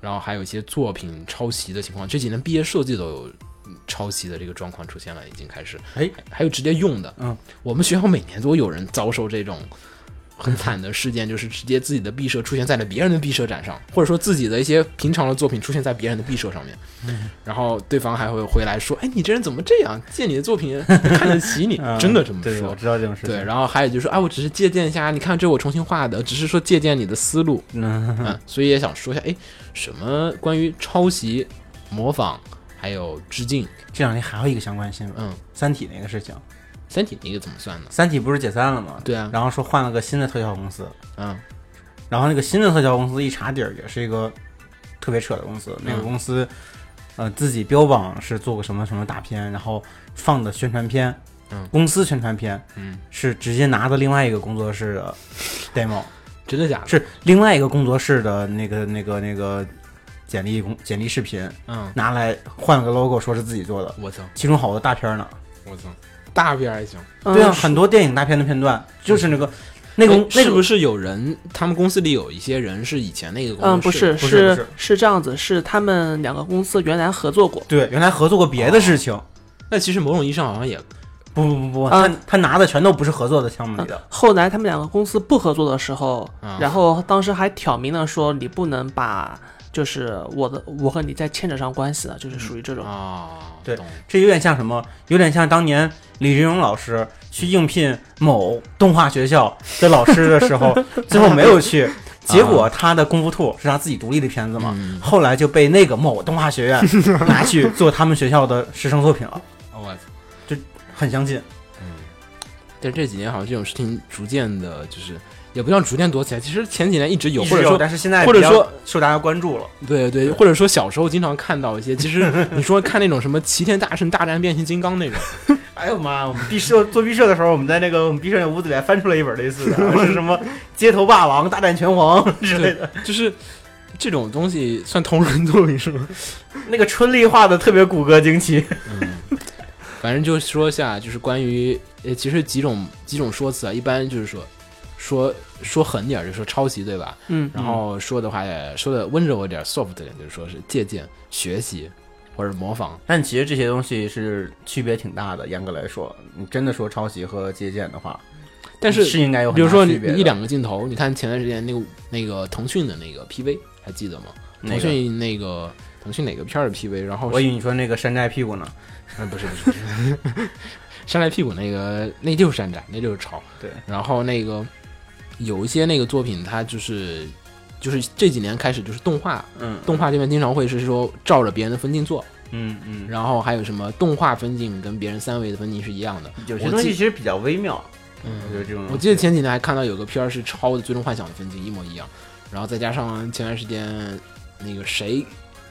然后还有一些作品抄袭的情况，这几年毕业设计都有嗯抄袭的这个状况出现了，已经开始。
哎，
还有直接用的，
嗯，
我们学校每年都有人遭受这种很惨的事件，就是直接自己的毕设出现在了别人的毕设展上，或者说自己的一些平常的作品出现在别人的毕设上面，
嗯
然后对方还会回来说：“哎，你这人怎么这样？借你的作品看得起你？”
嗯
真的这么
对，
说
我。知道这种事情。
对，然后还有就是，啊，我只是借鉴一下，你看这我重新画的，只是说借鉴你的思路，
嗯，
嗯，所以也想说一下，哎，什么关于抄袭模仿，还有致敬。
这两天还有一个相关新闻，
嗯，
三体》那个事情，《
三体那个怎么算呢？
三体》不是解散了吗？
对啊，
然后说换了个新的特效公司，
嗯
然后那个新的特效公司一查底儿，也是一个特别扯的公司。
嗯
那个公司，呃，自己标榜是做过什么什么大片，然后放的宣传片，
嗯
公司宣传片
嗯，
是直接拿的另外一个工作室 的 demo，
真的假的？
是另外一个工作室的那个那个那个简历工简历视频
嗯，
拿来换了个 logo，说是自己做的，
我操，
其中好多大片儿呢。
我操，大片儿还行。
嗯
对啊，很多电影大片的片段就是那个那个
哎
那个
是不是有人？他们公司里有一些人是以前那个
嗯，
公
不
司室
是，
的，
不是不
是
是
是这样子，是他们两个公司原来合作过，
对原来合作过别的事情。
那其实某种意义上好像也
不不不不，
啊
他他拿的全都不是合作的项目里的，
嗯后来他们两个公司不合作的时候，
啊
然后当时还挑明了说你不能把就是我的我和你再牵扯上关系了，就是属于这种。
啊，
对
懂
这有点像什么？有点像当年李志勇老师去应聘某动画学校的老师的时 候，最后没有去，结果他的《功夫兔》是他自己独立的片子嘛，
嗯
后来就被那个某动画学院拿去做他们学校的师生作品了，
我操！
很相 近。
但这几年好像这种事情逐渐的，就是也不像逐渐多起来。其实前几年一直有，
一直
或者说
但是现在
或者
比较
说
受大家关注了，
对对，或者说小时候经常看到一些，其实你说看那种什么齐天大圣大战变形金刚那种，
哎呦妈！我们毕设做毕设的时候，我们在那个我们毕设那屋子里还翻出来一本类似 的，是什么《街头霸王大战拳皇》 之类的，
就是这种东西算同人作品是吗？
那个春丽画的特别骨骼惊奇。
反正就说一下，就是关于呃，其实几种几种说辞啊，一般就是说说说狠点儿就说抄袭，对吧？
嗯，
然后说的话也说的温柔一点，soft 一点，就是说是借鉴、学习或者模仿。
但其实这些东西是区别挺大的，严格来说，你真的说抄袭和借鉴的话，
但是
是应该有很大
比如说你
区别的
一两个镜头，你看前段时间那个那个腾讯的那个 PV 还记得吗？
那
腾
个
讯那个腾讯哪个片儿的 PV？然后
我以为你说那个山寨屁股呢，
嗯，不是不是，不是山寨屁股那个那就是山寨，那就是抄。
对，
然后那个有一些那个作品，它就是就是这几年开始就是动画
嗯
动画这边经常会是说照着别人的分镜做，
嗯嗯，
然后还有什么动画分镜跟别人三维的分镜是一样的。
有
我
些东西
记
其实比较微妙，我觉得这种，
我记得前几年还看到有个片儿是抄的《最终幻想》的分镜一模一样，然后再加上前段时间那个谁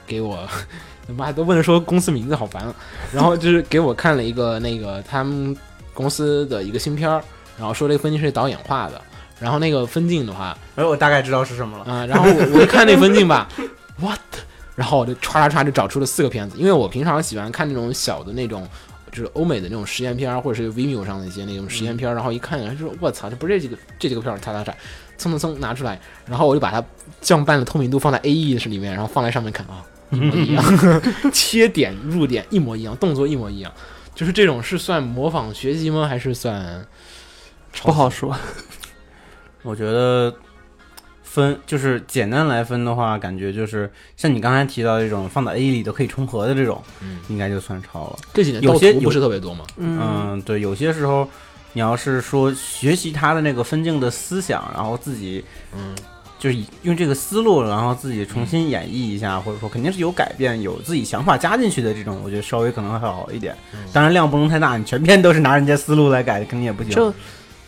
给我， 他妈都不能说公司名字，好烦啊。然后就是给我看了一个那个他们公司的一个新片儿，然后说这个分镜是导演画的，然后那个分镜的话，
哎，我大概知道是什么了，
啊、然后我我一看那分镜吧，what？然后我就歘歘歘就找出了四个片子，因为我平常喜欢看那种小的那种，就是欧美的那种实验片儿，或者是 Vimeo 上的一些那种实验片儿，然后一看，然后就说我操，这不是这几个这几个片儿，歘歘歘，蹭蹭蹭拿出来，然后我就把它降半的透明度放在 AE 是里面，然后放在上面看啊，一模一 样，切点入点一模一样，动作一模一样，就是这种是算模仿学习吗？还是算抄
不
袭
好说。
我觉得分就是简单来分的话，感觉就是像你刚才提到这种放到 A 里都可以重合的这种，
嗯
应该就算抄了。
这几年
有
盗
些
图
有
不是特别多吗？
嗯，
嗯，对，有些时候你要是说学习他的那个分镜的思想，然后自己
嗯，
就是以用这个思路，然后自己重新演绎一下，或者说肯定是有改变，有自己想法加进去的这种，我觉得稍微可能会好一点。当然量不能太大，你全篇都是拿人家思路来改，肯定也不行。
这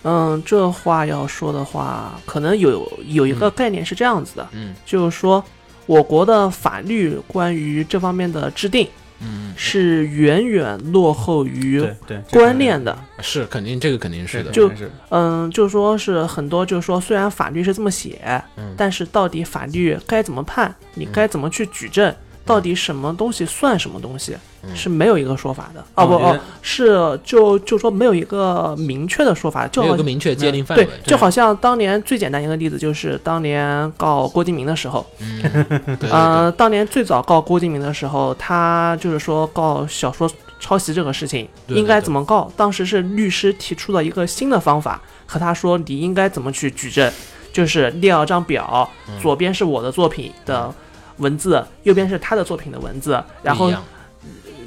嗯这话要说的话，可能有有一个概念是这样子的，
嗯
就是说我国的法律关于这方面的制定
嗯，
是远远落后于
对对，这个
观念的。
是肯定，这个肯定是的。
就
肯定是
嗯，就说是很多，就是说虽然法律是这么写，
嗯
但是到底法律该怎么判，你该怎么去举证，到底什么东西算什么东西，
嗯
是没有一个说法的。哦不
我觉得
哦，是就就说没有一个明确的说法，就
没有
好
个
像
明确界定范围
对，，就好像当年最简单一个例子就是当年告郭敬明的时候，
嗯，对对对
呃，当年最早告郭敬明的时候，他就是说告小说抄袭这个事情
对对
应该
对
怎么告，当时是律师提出了一个新的方法，和他说你应该怎么去举证，就是列了张表，
嗯
左边是我的作品的文字，右边是他的作品的文字，然
不
后
一样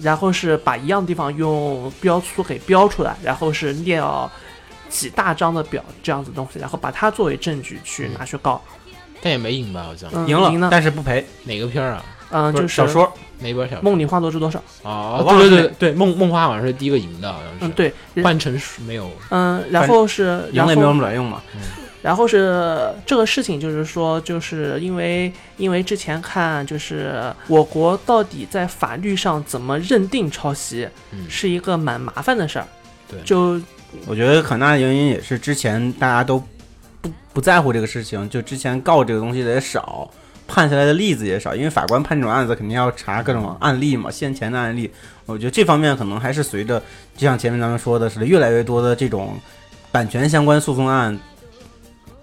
然后是把一样的地方用标粗给标出来，然后是列了几大张的表这样子东西，然后把它
嗯
作为证据去拿去告，
但也没赢吧？好像
嗯，
赢了，
赢了。
但是不赔。
哪个片儿啊？
嗯，就是
小说，
哪本小说？
梦里啊花落知多少？
哦，
忘了
对对对对，梦梦花好像是第一个赢的，好像是。
嗯，对，
换成是没有，
嗯，然后是
赢
然
了也没有什
后
么卵用嘛。
然后是这个事情，就是说，就是因为因为之前看就是我国到底在法律上怎么认定抄袭，
嗯，
是一个蛮麻烦的事儿。
对
就
我觉得很大的原因也是之前大家都不不在乎这个事情，就之前告这个东西的也少，判下来的例子也少，因为法官判这种案子肯定要查各种案例嘛，先前的案例。我觉得这方面可能还是随着，就像前面咱们说的似的，越来越多的这种版权相关诉讼案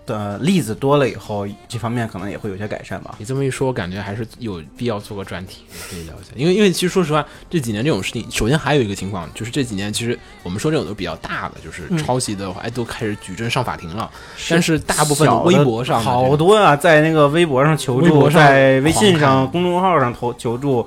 的例子多了以后，这方面可能也会有些改善吧。
你这么一说，我感觉还是有必要做个专题，可以聊一下。因为因为其实说实话，这几年这种事情，首先还有一个情况，就是这几年其实我们说这种都比较大的，就是
嗯
抄袭的话，哎，都开始举证上法庭了。但是大部分的
小的
微博上的这
好
种
多啊，在那个微博上求
微博
助，
上
在微信
狂
上
看
公众号上投求助。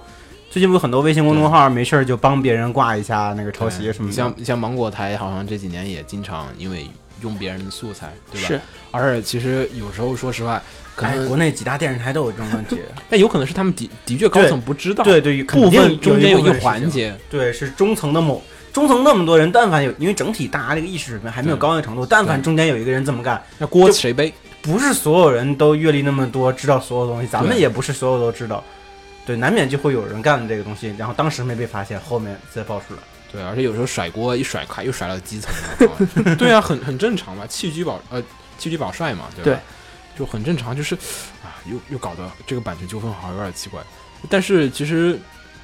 最近不是很多微信公众号没事儿就帮别人挂一下那个抄袭什么的，
像像芒果台好像这几年也经常因为用别人的素材，对吧？
是。
而且其实有时候说实话，可
哎，
能、
国内几大电视台都有这种问题。
但有可能是他们的的确高层不知道，
对对，肯
部
定
分中间有
一
一
部
个
分
环
事情，
节，
对，是中层的某中层那么多人，但凡有，因为整体大家这个意识水平还没有
对
高到程度，但凡中间有一个人这么干，
那锅
就
谁背？
不是所有人都阅历那么多，知道所有东西，咱们
对
也不是所有都知道。对，难免就会有人干这个东西，然后当时没被发现，后面再爆出来。
对，而且有时候甩锅一甩，咔又甩到基层 了。对啊，很很正常嘛，弃车保呃弃车保帅嘛，对吧？
对
就很正常，就是啊，又又搞得这个版权纠纷好像有点奇怪。但是其实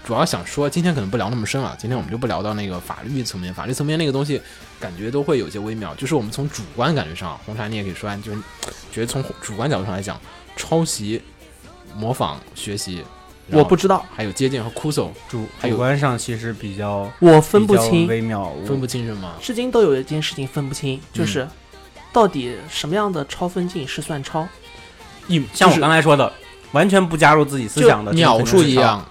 主要想说，今天可能不聊那么深啊，今天我们就不聊到那个法律层面，法律层面那个东西感觉都会有些微妙，就是我们从主观感觉上，红茶你也可以说，就是觉得从主观角度上来讲，抄袭、模仿、学习，然
我
后
不知道，
还有借鉴和哭诉
主
还有
主观上其实比较
我分不
比较
清，
微妙，
分不清是吗？
至今都有一件事情分不清，
嗯
就是到底什么样的超分镜是算超？
一就
像我
是
刚才说的，完全不加入自己思想的
秒数一。样，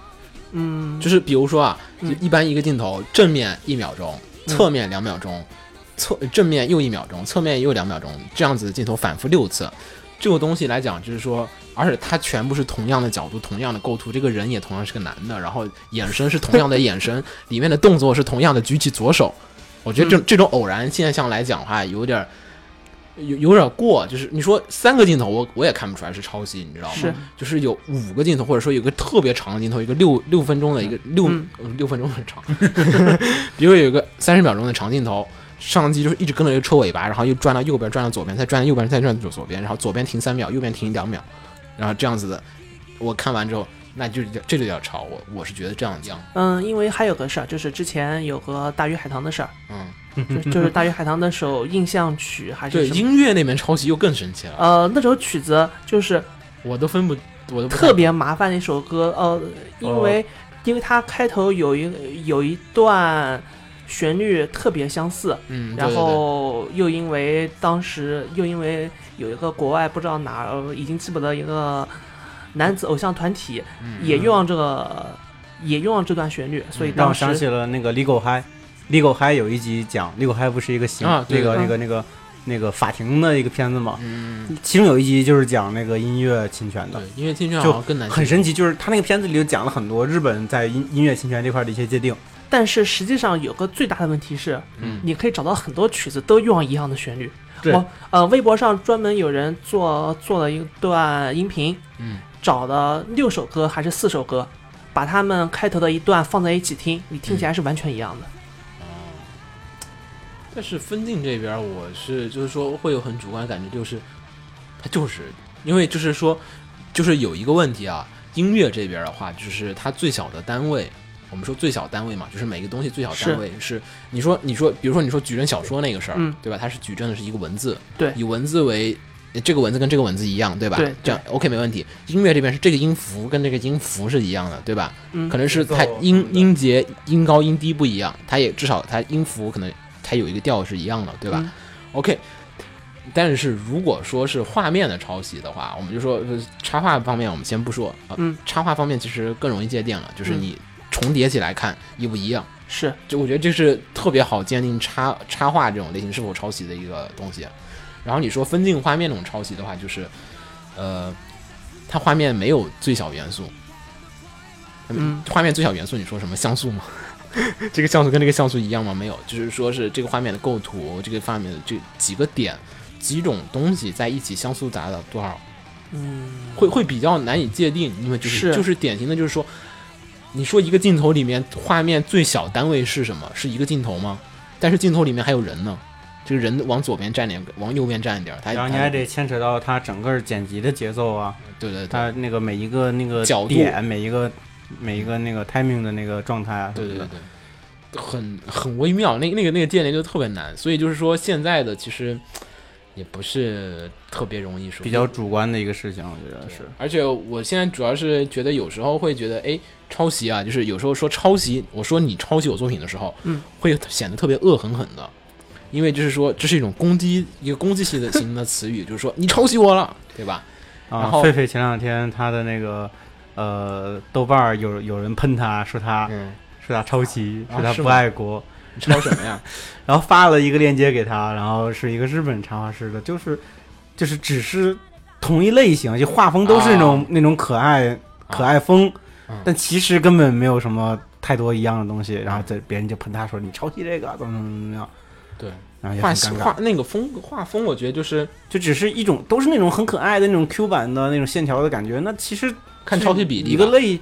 嗯，
就是比如说啊，就
嗯
一般一个镜头正面一秒钟，
嗯
侧面两秒钟，侧正面又一秒钟，侧面又两秒钟，这样子的镜头反复六次。这个东西来讲，就是说，而且它全部是同样的角度、同样的构图，这个人也同样是个男的，然后眼神是同样的眼 神，里面的动作是同样的，举起左手。我觉得这
嗯
这种偶然现象来讲的话，有点儿有有点儿过，就是你说三个镜头我，我也看不出来是抄袭，你知道吗？
是
就是有五个镜头，或者说有个特别长的镜头，一个六六分钟的一个六、
嗯
呃六分钟很长， 比如有一个三十秒钟的长镜头，摄像机就是一直跟着一个车尾巴，然后又转到右边，转到左边，再转到右边，再转到左边，然后左边停三秒，右边停两秒，然后这样子的，我看完之后，那就叫这就叫抄，我我是觉得这样讲，
嗯，因为还有个事儿，就是之前有个大鱼海棠的事儿，
嗯，
就就是大鱼海棠那首印象曲还是
对，
什么？
音乐那边抄袭又更神奇了，
呃，那首曲子就是
我都分不，我都不太
特别麻烦的一首歌，呃，
哦
因为、因为它开头有一有一段旋律特别相似，
嗯，对
然
对对
后又因为当时又因为有一个国外不知道哪儿呃已经记不得一个男子偶像团体、
嗯
也用了这个也用了这段旋律，所以
让我
当时
想起了那个《Legal High》，《Legal High》有一集讲《Legal High》不是一个刑、
啊对
那个
对
那个那个那个法庭的一个片子嘛，
嗯，
其中有一集就是讲那个音乐侵权
对
的，，
音乐听起来
就
好像更难，
很神奇。就是他那个片子里就讲了很多日本在音音乐侵权这块的一些界定，
但是实际上有个最大的问题是，
嗯
你可以找到很多曲子都用了一样的旋律。
对
我呃，微博上专门有人做做了一段音频，
嗯，
找了六首歌还是四首歌，把他们开头的一段放在一起听，你听起来是完全一样的。
但是分镜这边，我是就是说会有很主观的感觉，就是它就是因为就是说，就是有一个问题啊，音乐这边的话，就是它最小的单位，我们说最小单位嘛，就是每个东西最小单位是你说你说，比如说你说矩阵小说那个事儿，
嗯
对吧？它是矩阵的是一个文字，
对
以文字为。这个文字跟这个文字一样，对吧？
对对
这样 OK 没问题。音乐这边是这个音符跟这个音符是一样的，对吧？
嗯
可能是
节奏
它音
什么的
音节音高音低不一样，它也至少它音符可能它有一个调是一样的，对吧、
嗯
o k 但是如果说是画面的抄袭的话，我们就说呃插画方面我们先不说啊、呃
嗯
插画方面其实更容易界定了，就是
嗯
你重叠起来看一不一样，
是，
就我觉得这是特别好鉴定插插画这种类型是否抄袭的一个东西。然后你说分镜画面那种抄袭的话，就是，呃，它画面没有最小元素，
嗯
画面最小元素，你说什么像素吗？ 这个像素跟这个像素一样吗？没有，就是说是这个画面的构图，这个画面的这几个点、几种东西在一起相互达到多少，
嗯，
会会比较难以界定，因为就是
是
就是典型的，就是说，你说一个镜头里面画面最小单位是什么？是一个镜头吗？但是镜头里面还有人呢，这个人往左边站点，往右边站一点，哎他
然后你还得牵扯到它整个剪辑的节奏啊，
对对对
它那个每一个那个
角度
点，每一个每一个那个 timing 的那个状态啊，
对对
什么
对
的，
对，很很微妙，那那个那个界限就特别难，所以就是说现在的其实也不是特别容易说
比较主观的一个事情，我觉得是。啊
而且我现在主要是觉得有时候会觉得，哎，抄袭啊，就是有时候说抄袭，我说你抄袭我作品的时候，
嗯，
会显得特别恶狠狠的，因为就是说这是一种攻击，一个攻击性的型的词语，就是说你抄袭我了，对吧？然
啊
后，
狒狒前两天他的那个呃豆瓣儿有有人喷他说他、
嗯，
说他抄袭，
啊
说他
是
不
吗
爱国，
你抄什么呀？
然后发了一个链接给他，然后是一个日本插画师的，就是就是只是同一类型，就画风都是那种、
啊
那种可爱可爱风，
嗯
但其实根本没有什么太多一样的东西，然后这别人就喷他说你抄袭这个怎么怎么怎么样，
对，
然后也
画
很尴尬
画，那个风画风，我觉得就是
就只是一种都是那种很可爱的那种 Q 版的那种线条的感觉，那其实
看抄袭比例
一个
吧，
类，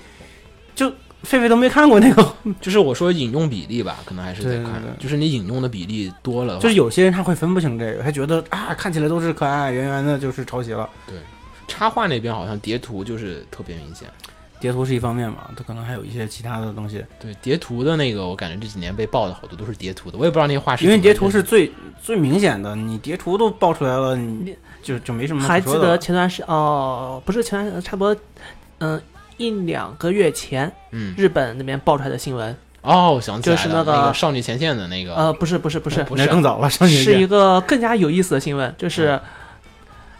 就狒狒都没看过那个，
就是我说引用比例吧，可能还是
对
得
对
看
对，
就是你引用的比例多了的话，
就是有些人他会分不清这个，他觉得啊看起来都是可爱圆圆的，就是抄袭了。
插画那边好像叠图就是特别明显。
截图是一方面嘛，他可能还有一些其他的东西，
对叠图的那个，我感觉这几年被爆的好多都是叠图的，我也不知道那些画师
因为
怎么
截图
认识
是最最明显的，你截图都爆出来了，你就就没什么
还
可
记
说嗯的
得
了。
前段时哦，不是前段时差不多，嗯、一两个月前，
嗯
日本那边爆出来的新闻，
哦，我想起来了
就是
那
那个
少女前线的那个
呃，不是不是不是，
啊不
那
是
更早了，上学
是一
期
个更加有意思的新闻，
嗯
就是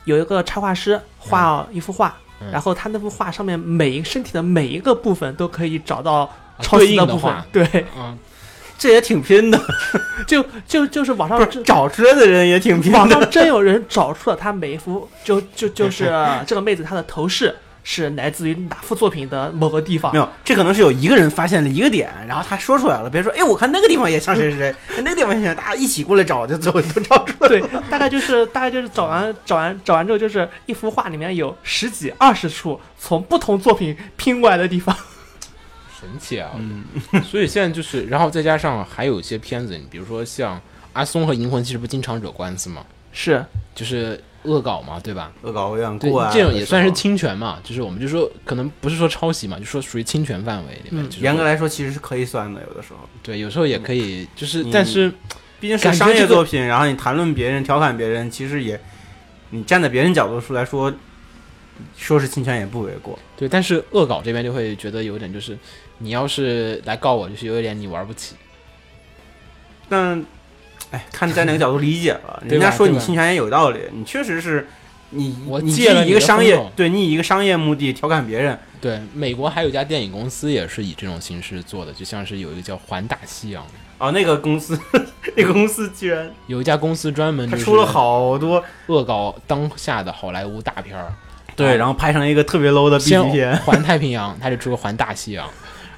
有一个插画师画一幅画，
嗯
然后他那幅画上面每一身体的每一个部分都可以找到
啊
抄
对
袭
应
部分
画，，
对，
嗯，
这也挺拼的，
就就就是网上
不是
真
找出来的人也挺拼
网
的。
上真有人找出了他每一幅，就 就就是这个妹子她的头饰是来自于哪幅作品的某个地方
没。有，这可能是有一个人发现了一个点，然后他说出来了。别说，哎，我看那个地方也像谁谁谁， 哎那个地方也像，大家一起过来找，就最后都找出来了。
对，大概就是大概就是找完找完找完之后，就是一幅画里面有十几二十处从不同作品拼过来的地方。
神奇啊！
嗯，
所以现在就是，然后再加上还有一些片子，你比如说像阿松和银魂，其实不经常惹官司嘛，
是，
就是恶搞嘛，对吧？
恶搞有点
对
过啊，，
这种也算是
有时
侵权嘛，就是我们就说，可能不是说抄袭嘛，就说属于侵权范围里面。
嗯
就是
候严格来说其实是可以算的，有的时候，
对，有时候也可以，就是
嗯
但是
毕竟
感
是
觉
商
这
业
个
作品，然后你谈论别人、调侃别人，其实也，你站在别人角度出来说，说是侵权也不为过。
对，但是恶搞这边就会觉得有点就是，你要是来告我，就是有点你玩不起。
但，哎，看在哪个角度理解了。
对
人
吧
家说你
对吧
侵权也有道理，你确实是。你
我
你
借
基于
了你
一个
的
商
风
业
口，
对你以一个商业目的调侃别人，
对，美国还有一家电影公司也是以这种形式做的，就像是有一个叫环大西洋，
哦，那个公司， 那个公司居然
有一家公司专门
他
就是
出了好多，
恶搞当下的好莱坞大片儿，
对，然后拍成一个特别 low 的 B
先
级片，
环太平洋，他就出个环大西洋。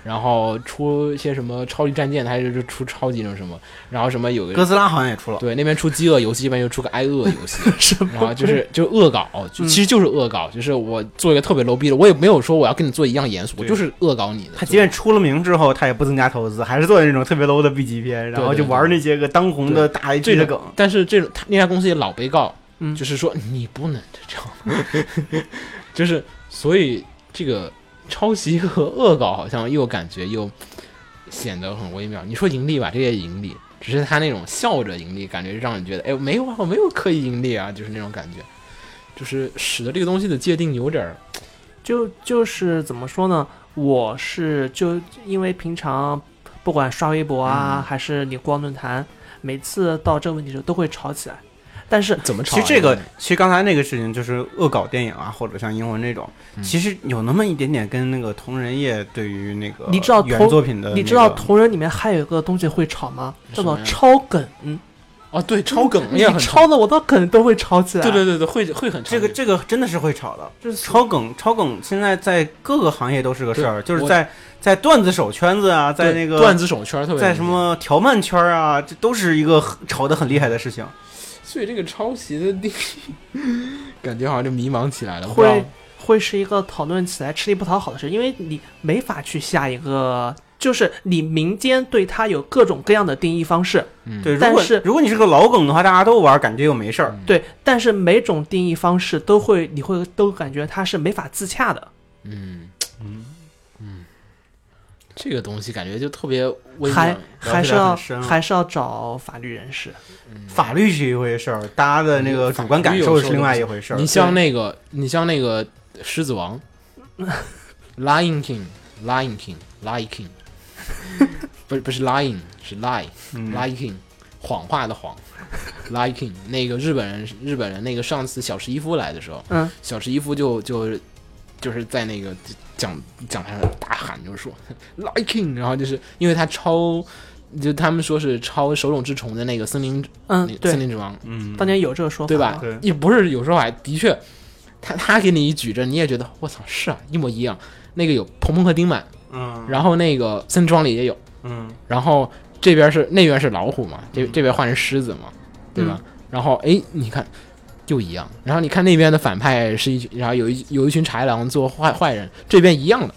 然后出一些什么超级战舰，他就出超级那种什么，然后什么有
哥
个
斯拉好像也出了，
对那边出饥饿游戏，这边又出个挨饿游戏， 然后就是就恶搞，
嗯
就其实就是恶搞，就是我做一个特别 low 逼的，我也没有说我要跟你做一样严肃，我
对
就是恶搞你的。
他即便出了名之后，他也不增加投资，还是做那种特别 low 的 B 级片，然后
对对
就玩那些个当红的大 IP
这
的
种
梗。
但是这种他那家公司也老被告，
嗯
就是说你不能这样， 就是所以这个抄袭和恶搞好像又感觉又显得很微妙。你说盈利吧，这也盈利，只是他那种笑着盈利，感觉让你觉得哎没有啊，我没有刻意盈利啊，就是那种感觉，就是使得这个东西的界定有点儿
就就是怎么说呢？我是就因为平常不管刷微博啊，
嗯
还是你逛论坛，每次到这个问题的时候都会吵起来。但是
怎么抄
其
啊、
实这个，其实刚才那个事情就是恶搞电影啊，或者像英文这种，
嗯
其实有那么一点点跟那个同人业对于那个
你知道
原
同
作品的那个、
你知道同人里面还有一个东西会吵吗？叫做
什么呀
超梗。嗯
哦，对，抄梗
你
也很
抄的我的梗都会抄起来。
对对对对，会会很
这个这个真的是会炒的，就是炒梗，炒梗现在在各个行业都是个事儿，
对
就是
我
在在段子手圈子啊，在那个
段子手圈特别
在
明
什
显
么条漫圈啊，这都是一个很炒得很厉害的事情。
所以这个抄袭的定义， 感觉好像就迷茫起来了。不知
会
道
会是一个讨论起来吃力不讨好的事，因为你没法去下一个，就是你民间对它有各种各样的定义方式，
对，如
但
果
是
如嗯果你是个老梗的话，大家都玩，感觉又没事儿。
嗯
对，但是每种定义方式都会，你会都感觉它是没法自洽的，
嗯嗯，这个东西感觉就特别微妙
还
聊
还
起
是
来
要
很深啊
还是要找法律人士。
法律是一回事儿，大家的那
嗯
个主观感受是另外一回事儿。
你像那个，你像那个狮子 王，Lion King，Lion King，Lion King，不是不是 Lion，是 Lie，Lion、
嗯
King，谎话的谎，Lion King。那个日本人，日本人那个上次小池一夫来的时候，
嗯，
小池一夫就就就是在那个讲讲台上大喊，就是说 Lion King，然后就是因为他抄。就他们说是抄手冢治虫的那个森林，
嗯
那，个森
对，
林之王，
嗯，
当年有这个说法，啊
对吧？
对
也不是有时候还的确，他他给你一举着，你也觉得我操是啊，一模一样。那个有鹏鹏和丁满，
嗯
然后那个森庄里也有，
嗯
然后这边是那边是老虎嘛，这这边换成狮子嘛，对吧？然后哎，你看又一样。然后你看那边的反派是一群，然后有一有一群豺狼做坏坏人，这边一样的。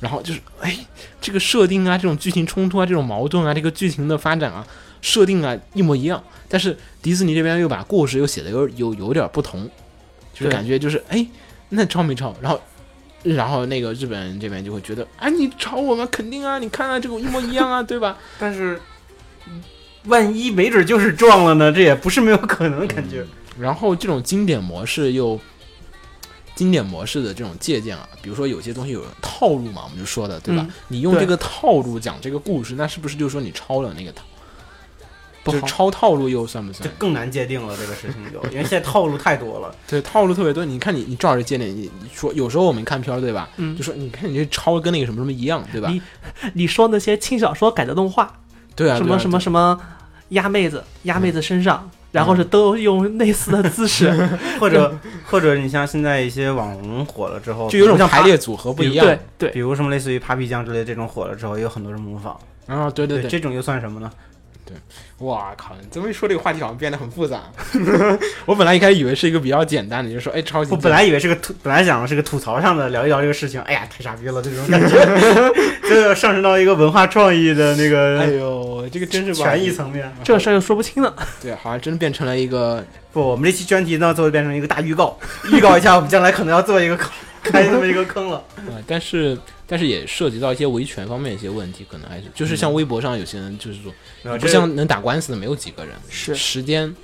然后就是哎，这个设定啊，这种剧情冲突啊，这种矛盾啊，这个剧情的发展啊，设定啊一模一样。但是迪士尼这边又把故事又写的有有有点不同，就是
对
感觉就是哎，那抄没抄？然后。然后那个日本人这边就会觉得，啊，你抄我们肯定啊，你看啊，这个一模一样啊，对吧？
但是万一没准就是撞了呢，这也不是没有可能，感觉。
然后这种经典模式又经典模式的这种借鉴啊，比如说有些东西有套路嘛，我们就说的对吧？
嗯
你用这
对
个套路讲这个故事，那是不是就说你抄了那个套？
不
就是
好
抄套路又算不
这
算？
更难界定了，这个事情就，因为现在套路太多 了。
对，套路特别多。你看你你照着借鉴，你你说有时候我们看片儿对吧？
嗯
就说你看你这抄得跟那个什么什么一样对吧？
你你说那些轻小说改的动画，
对啊，
什
对嗯啊
么什么什么压妹子，压妹子身上，然后是都用类似的姿势，
或者或者你像现在一些网红火了之后，
就有种
像
排列组合 不一样。
对对，
比如什么类似于 Papi 酱之类这种火了之后，也有很多人模仿。
啊，对对对，
这种又算什么呢？
哇靠！你这么一说，这个话题好像变得很复杂。 我本来一开始以为是一个比较简单的，就是说哎，抄袭。
我本来以为是个吐，本来想是个吐槽上的，聊一聊这个事情。哎呀，太傻逼了，这种感觉，这上升到一个文化创意的那
哎
个
呦，这个真是吧
权益层面。
这个事儿又说不清了。
对，好像真变成了一个
不，我们这期专题呢，最后变成一个大预告，预告一下我们将来可能要做一个坑，开这么一个坑了。
呃，但是但是也涉及到一些维权方面一些问题，可能还是就是像微博上有些人就是说，
没
不
有啊这
像能打官司的没有几个人，
是
时间，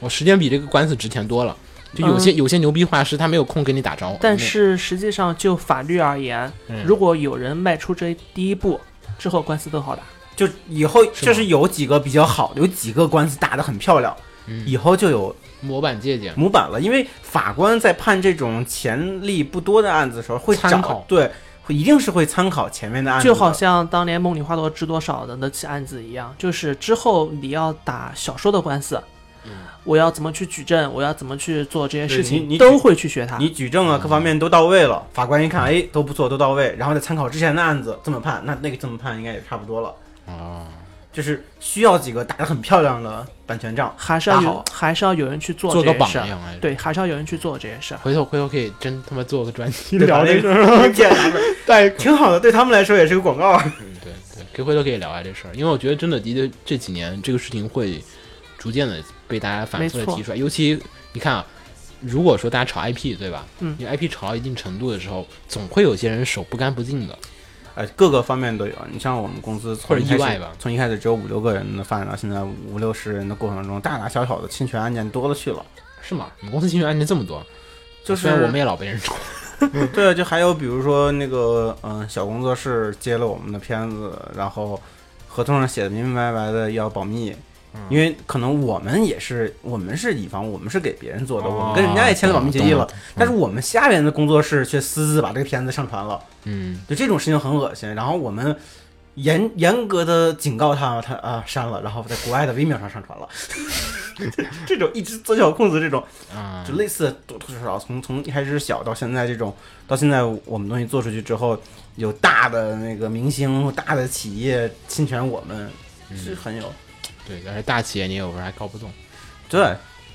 我时间比这个官司值钱多了。就有些、有些牛逼画师，他没有空跟你打招呼。
但是实际上，就法律而言，
嗯
如果有人迈出这第一步，之后官司都好打。
就以后
是
就是有几个比较好的，有几个官司打得很漂亮，
嗯
以后就有
模板借鉴，
模板了。因为法官在判这种潜力不多的案子的时候，会找
参考
对，会一定是会参考前面的案子的，
就好像当年《梦里花落知多少》的那起案子一样，就是之后你要打小说的官司，我要怎么去举证，我要怎么去做这些
对
事
你你
情，都会去学它。
你举证啊，各方面都到位了，法官一看，哎，都不错，都到位，然后再参考之前的案子这么判，那那个这么判应该也差不多了。
哦，
就是需要几个打得很漂亮的版权仗，
还是要
打
有
好，
还是要有人去做
做
这
个
些
榜
事儿。
样哎。，
对，还是要有人去做这些事儿。
回头回头可以真他妈做个专题
对吧
聊这
那
事
个
儿，
对，挺好的，对他们来说也是个广告。啊
对对，可以回头可以聊下这事儿，因为我觉得真的的确这几年这个事情会逐渐的被大家反复的
没错
提出来，尤其你看啊，如果说大家炒 IP 对吧？
嗯
你 IP 炒到一定程度的时候，总会有些人手不干不净的，
呃，各个方面都有。你像我们公司从
或者
一开
意外
始
吧
从一开始只有五六个人的发展到现在五六十人的过程中，大大小小的侵权案件多了去了。
是吗？你们公司侵权案件这么多，
就
虽
是
然我们也老被人炒，
对，啊就还有比如说那个嗯、呃小工作室接了我们的片子，然后合同上写的明明白白的要保密。因为可能我们也是，我们是乙方，我们是给别人做的，我们跟人家也签了保密协议了
懂，
但是我们下面的工作室却私自把这个片子上传了，
嗯，
就这种事情很恶心。然后我们严严格的警告他，他啊删了，然后在国外的微秒上上传了。 这种一直钻小空子，这种
啊
就类似的多多少少从从一开始小到现在这种，到现在我们东西做出去之后，有大的那个明星、大的企业侵权我们，
嗯
是很有
对，但是大企业你有时候还告不动，
对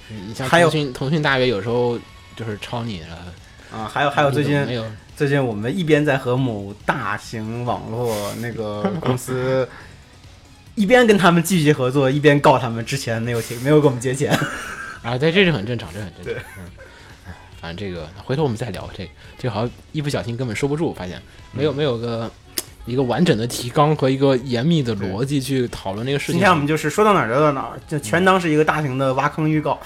你像
还有
腾讯，腾讯大约有时候就是抄你了。
啊，还有还有最
没
近
有
最近我们一边在和某大型网络那个公司一边跟他们继续合作，一边告他们之前没有钱没有给我们结钱，
啊，对，这是很正常，这很正常。嗯，反正这个回头我们再聊这个，这个好像一不小心根本收不住，发
嗯
现没有、没有个一个完整的提纲和一个严密的逻辑去讨论这个事
今
情。啊
天我们就是说到哪儿聊到哪儿，就全当是一个大型的挖坑预告。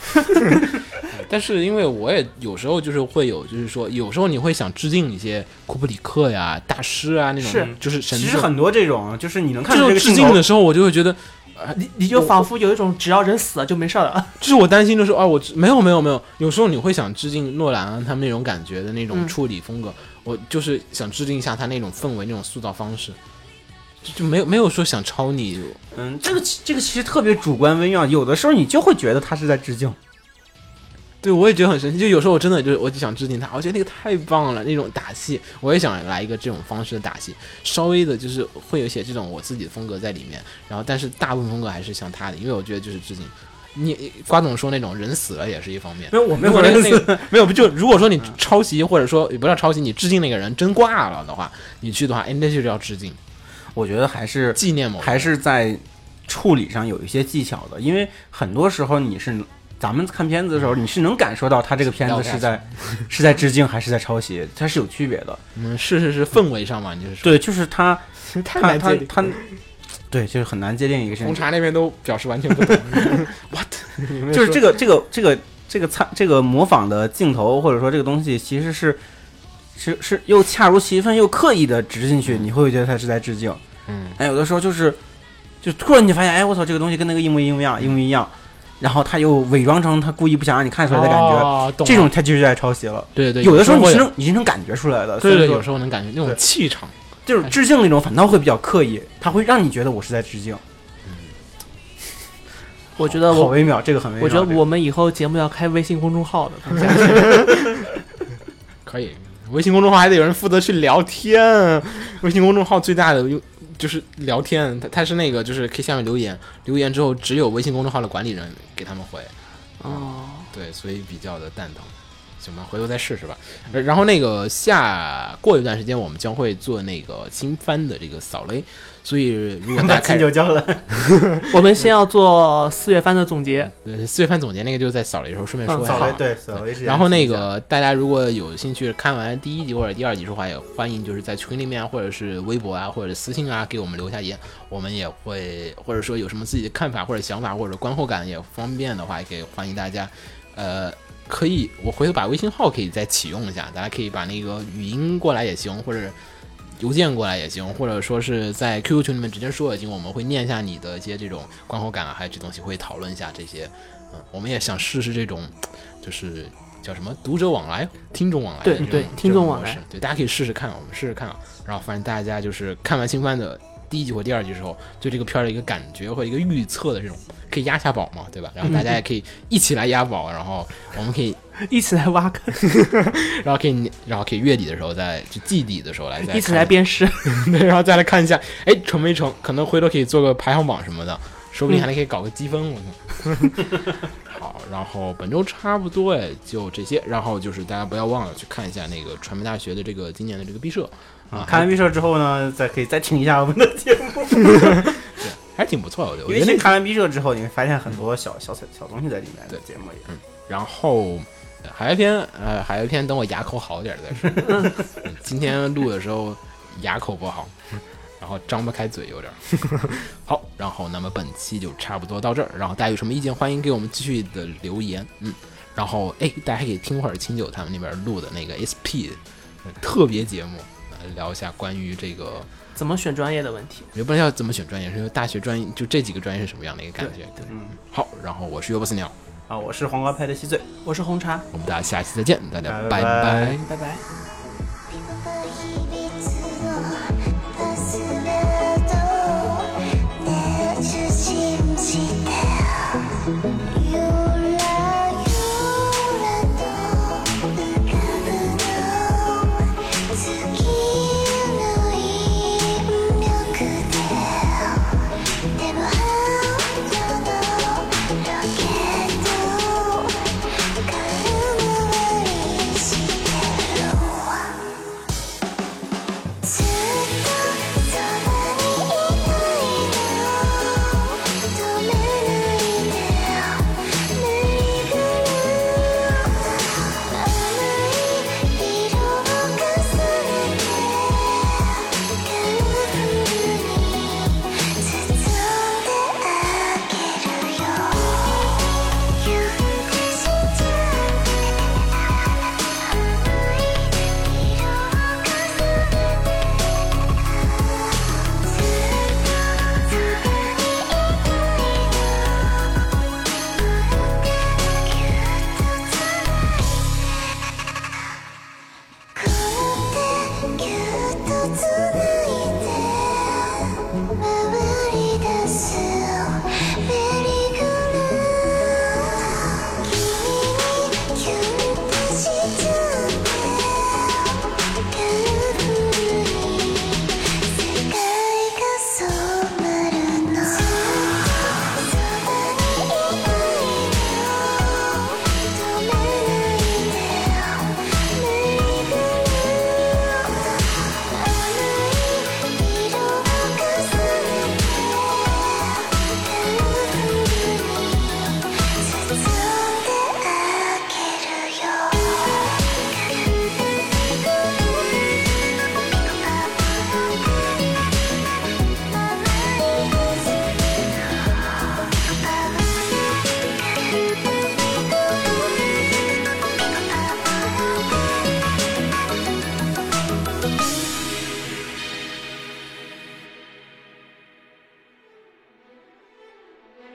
但是因为我也有时候就是会有，就是说有时候你会想致敬一些库布里克呀、大师啊那种，
是
就是神
其实
作
很多这种就是你能
这
看出这
种
个
致
镜
敬
头
的时候，我就会觉得。啊
你你就仿佛有一种只要人死了就没事儿 了。
就是我担心的是啊，我知没有没有没有，有时候你会想致敬诺兰啊他们那种感觉的那种
嗯
处理风格，我就是想致敬一下他那种氛围、那种塑造方式，就就没有没有说想抄你，
嗯，这个其这个其实特别主观微妙，有的时候你就会觉得他是在致敬。
对我也觉得很神奇。就有时候我真的就是我就想致敬他，我觉得那个太棒了，那种打戏我也想来一个这种方式的打戏，稍微的就是会有一些这种我自己的风格在里面，然后但是大部分风格还是像他的，因为我觉得就是致敬。你瓜总说那种人死了也是一方面，
没有， 我没
如
有
果
说
那
那
个那
个那个
个没有， 就如果说你抄袭，或者说也不要抄袭，你致敬那个人真挂了的话，你去的话，哎，那就是要致敬，
我觉得还是
纪念某人
还是在处理上有一些技巧的，因为很多时候你是咱们看片子的时候，你是能感受到他这个片子是在是在致敬还是在抄袭，它是有区别的。
嗯，是是是氛围上嘛，你就是说，
对，就是他
对，太
他
难
他
界定。
他，对，就是很难界定一个事
红
情。
茶那边都表示完全不懂，what？
就是
说
这个这个这个这个参这个模仿的镜头，或者说这个东西，其实是是是又恰如其分又刻意的植进去，你会觉得它是在致敬。
嗯，
哎，有的时候就是就突然你发现，哎，我操，这个东西跟那个一模一样，一模一样，然后他又伪装成他故意不想让你看出来的感觉，
哦懂了
这种他就是在抄袭了。
对对，
有的时候你
会
是能你是能感觉出来的，
对
所
对，
以说
有时候哎能感觉那种
对
气场，
就是致敬那种反倒会比较刻意，他会让你觉得我是在致敬。
我觉得
好
我，
微妙，这个很微妙。
我觉得
这个
我们以后节目要开微信公众号的，
可以。微信公众号还得有人负责去聊天，微信公众号最大的用就是聊天，它它是那个就是可以下面留言，留言之后只有微信公众号的管理人给他们回。
哦，
对，所以比较的蛋疼。行吧，回头再试试吧。呃然后那个下过一段时间，我们将会做那个新番的这个扫雷，所以如果大家
亲
看
就交了，
我们先要做四月番的总结，
呃四月番总结那个，就是在扫雷的时候顺便说
嗯
一下
扫
吧。
雷对扫雷是。
然后那个大家如果有兴趣看完第一集或者第二集的话，也欢迎就是在群里面啊或者是微博啊或者私信啊给我们留下言，我们也会或者说有什么自己的看法或者想法或者观后感也方便的话，也可以欢迎大家，呃。可以，我回头把微信号可以再启用一下，大家可以把那个语音过来也行，或者邮件过来也行，或者说是在 QQ 群里面直接说也行，我们会念一下你的一些这种观后感啊，还有这东西会讨论一下这些，嗯，我们也想试试这种，就是叫什么读者往来、听众往来的
对
这种，
对
这种
听众往来
模式，对，大家可以试试看，我们试试看啊。然后反正大家就是看完新番的第一集或第二集之后，对这个片儿的一个感觉或一个预测的这种，可以压下宝嘛，对吧？然后大家也可以一起来压宝，然后我们可以，
一起来挖坑，
然后可以，然后可以月底的时候再就季底的时候来再
一起
看
来鞭尸。
对，然后再来看一下，哎，成没成？可能回头可以做个排行榜什么的，说不定还能可以搞个积分。我操！ 好，然后本周差不多也就这些，然后就是大家不要忘了去看一下那个传媒大学的这个今年的这个毕设啊，
看完毕设之后呢，再可以再听一下我们的节目。
还还挺不错的，我觉
因为
得
你
那个。
看完毕设之后，你会发现很多小小小小东西在里面的节目也。
然后呃海外篇，呃，海外篇等我牙口好点儿再说。 嗯今天录的时候牙口不好，然后张不开嘴有点儿。好，然后那么本期就差不多到这儿，然后大家有什么意见，欢迎给我们继续的留言。嗯，然后哎，大家还可以听会儿清酒他们那边录的那个 SP 呃特别节目。呃聊一下关于这个，
怎么选专业的问题，
也不知道要怎么选专业，是大学专业就这几个专业是什么样的一个感觉？对，
嗯，
好，然后我是优波斯鸟，
啊，我是黄瓜派的西醉。
我是红茶，
我们大家下期再见，大家
拜拜
拜
拜拜。
秘密を忘れた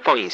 放映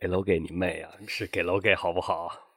哎给楼给你妹啊！是给楼给好不好？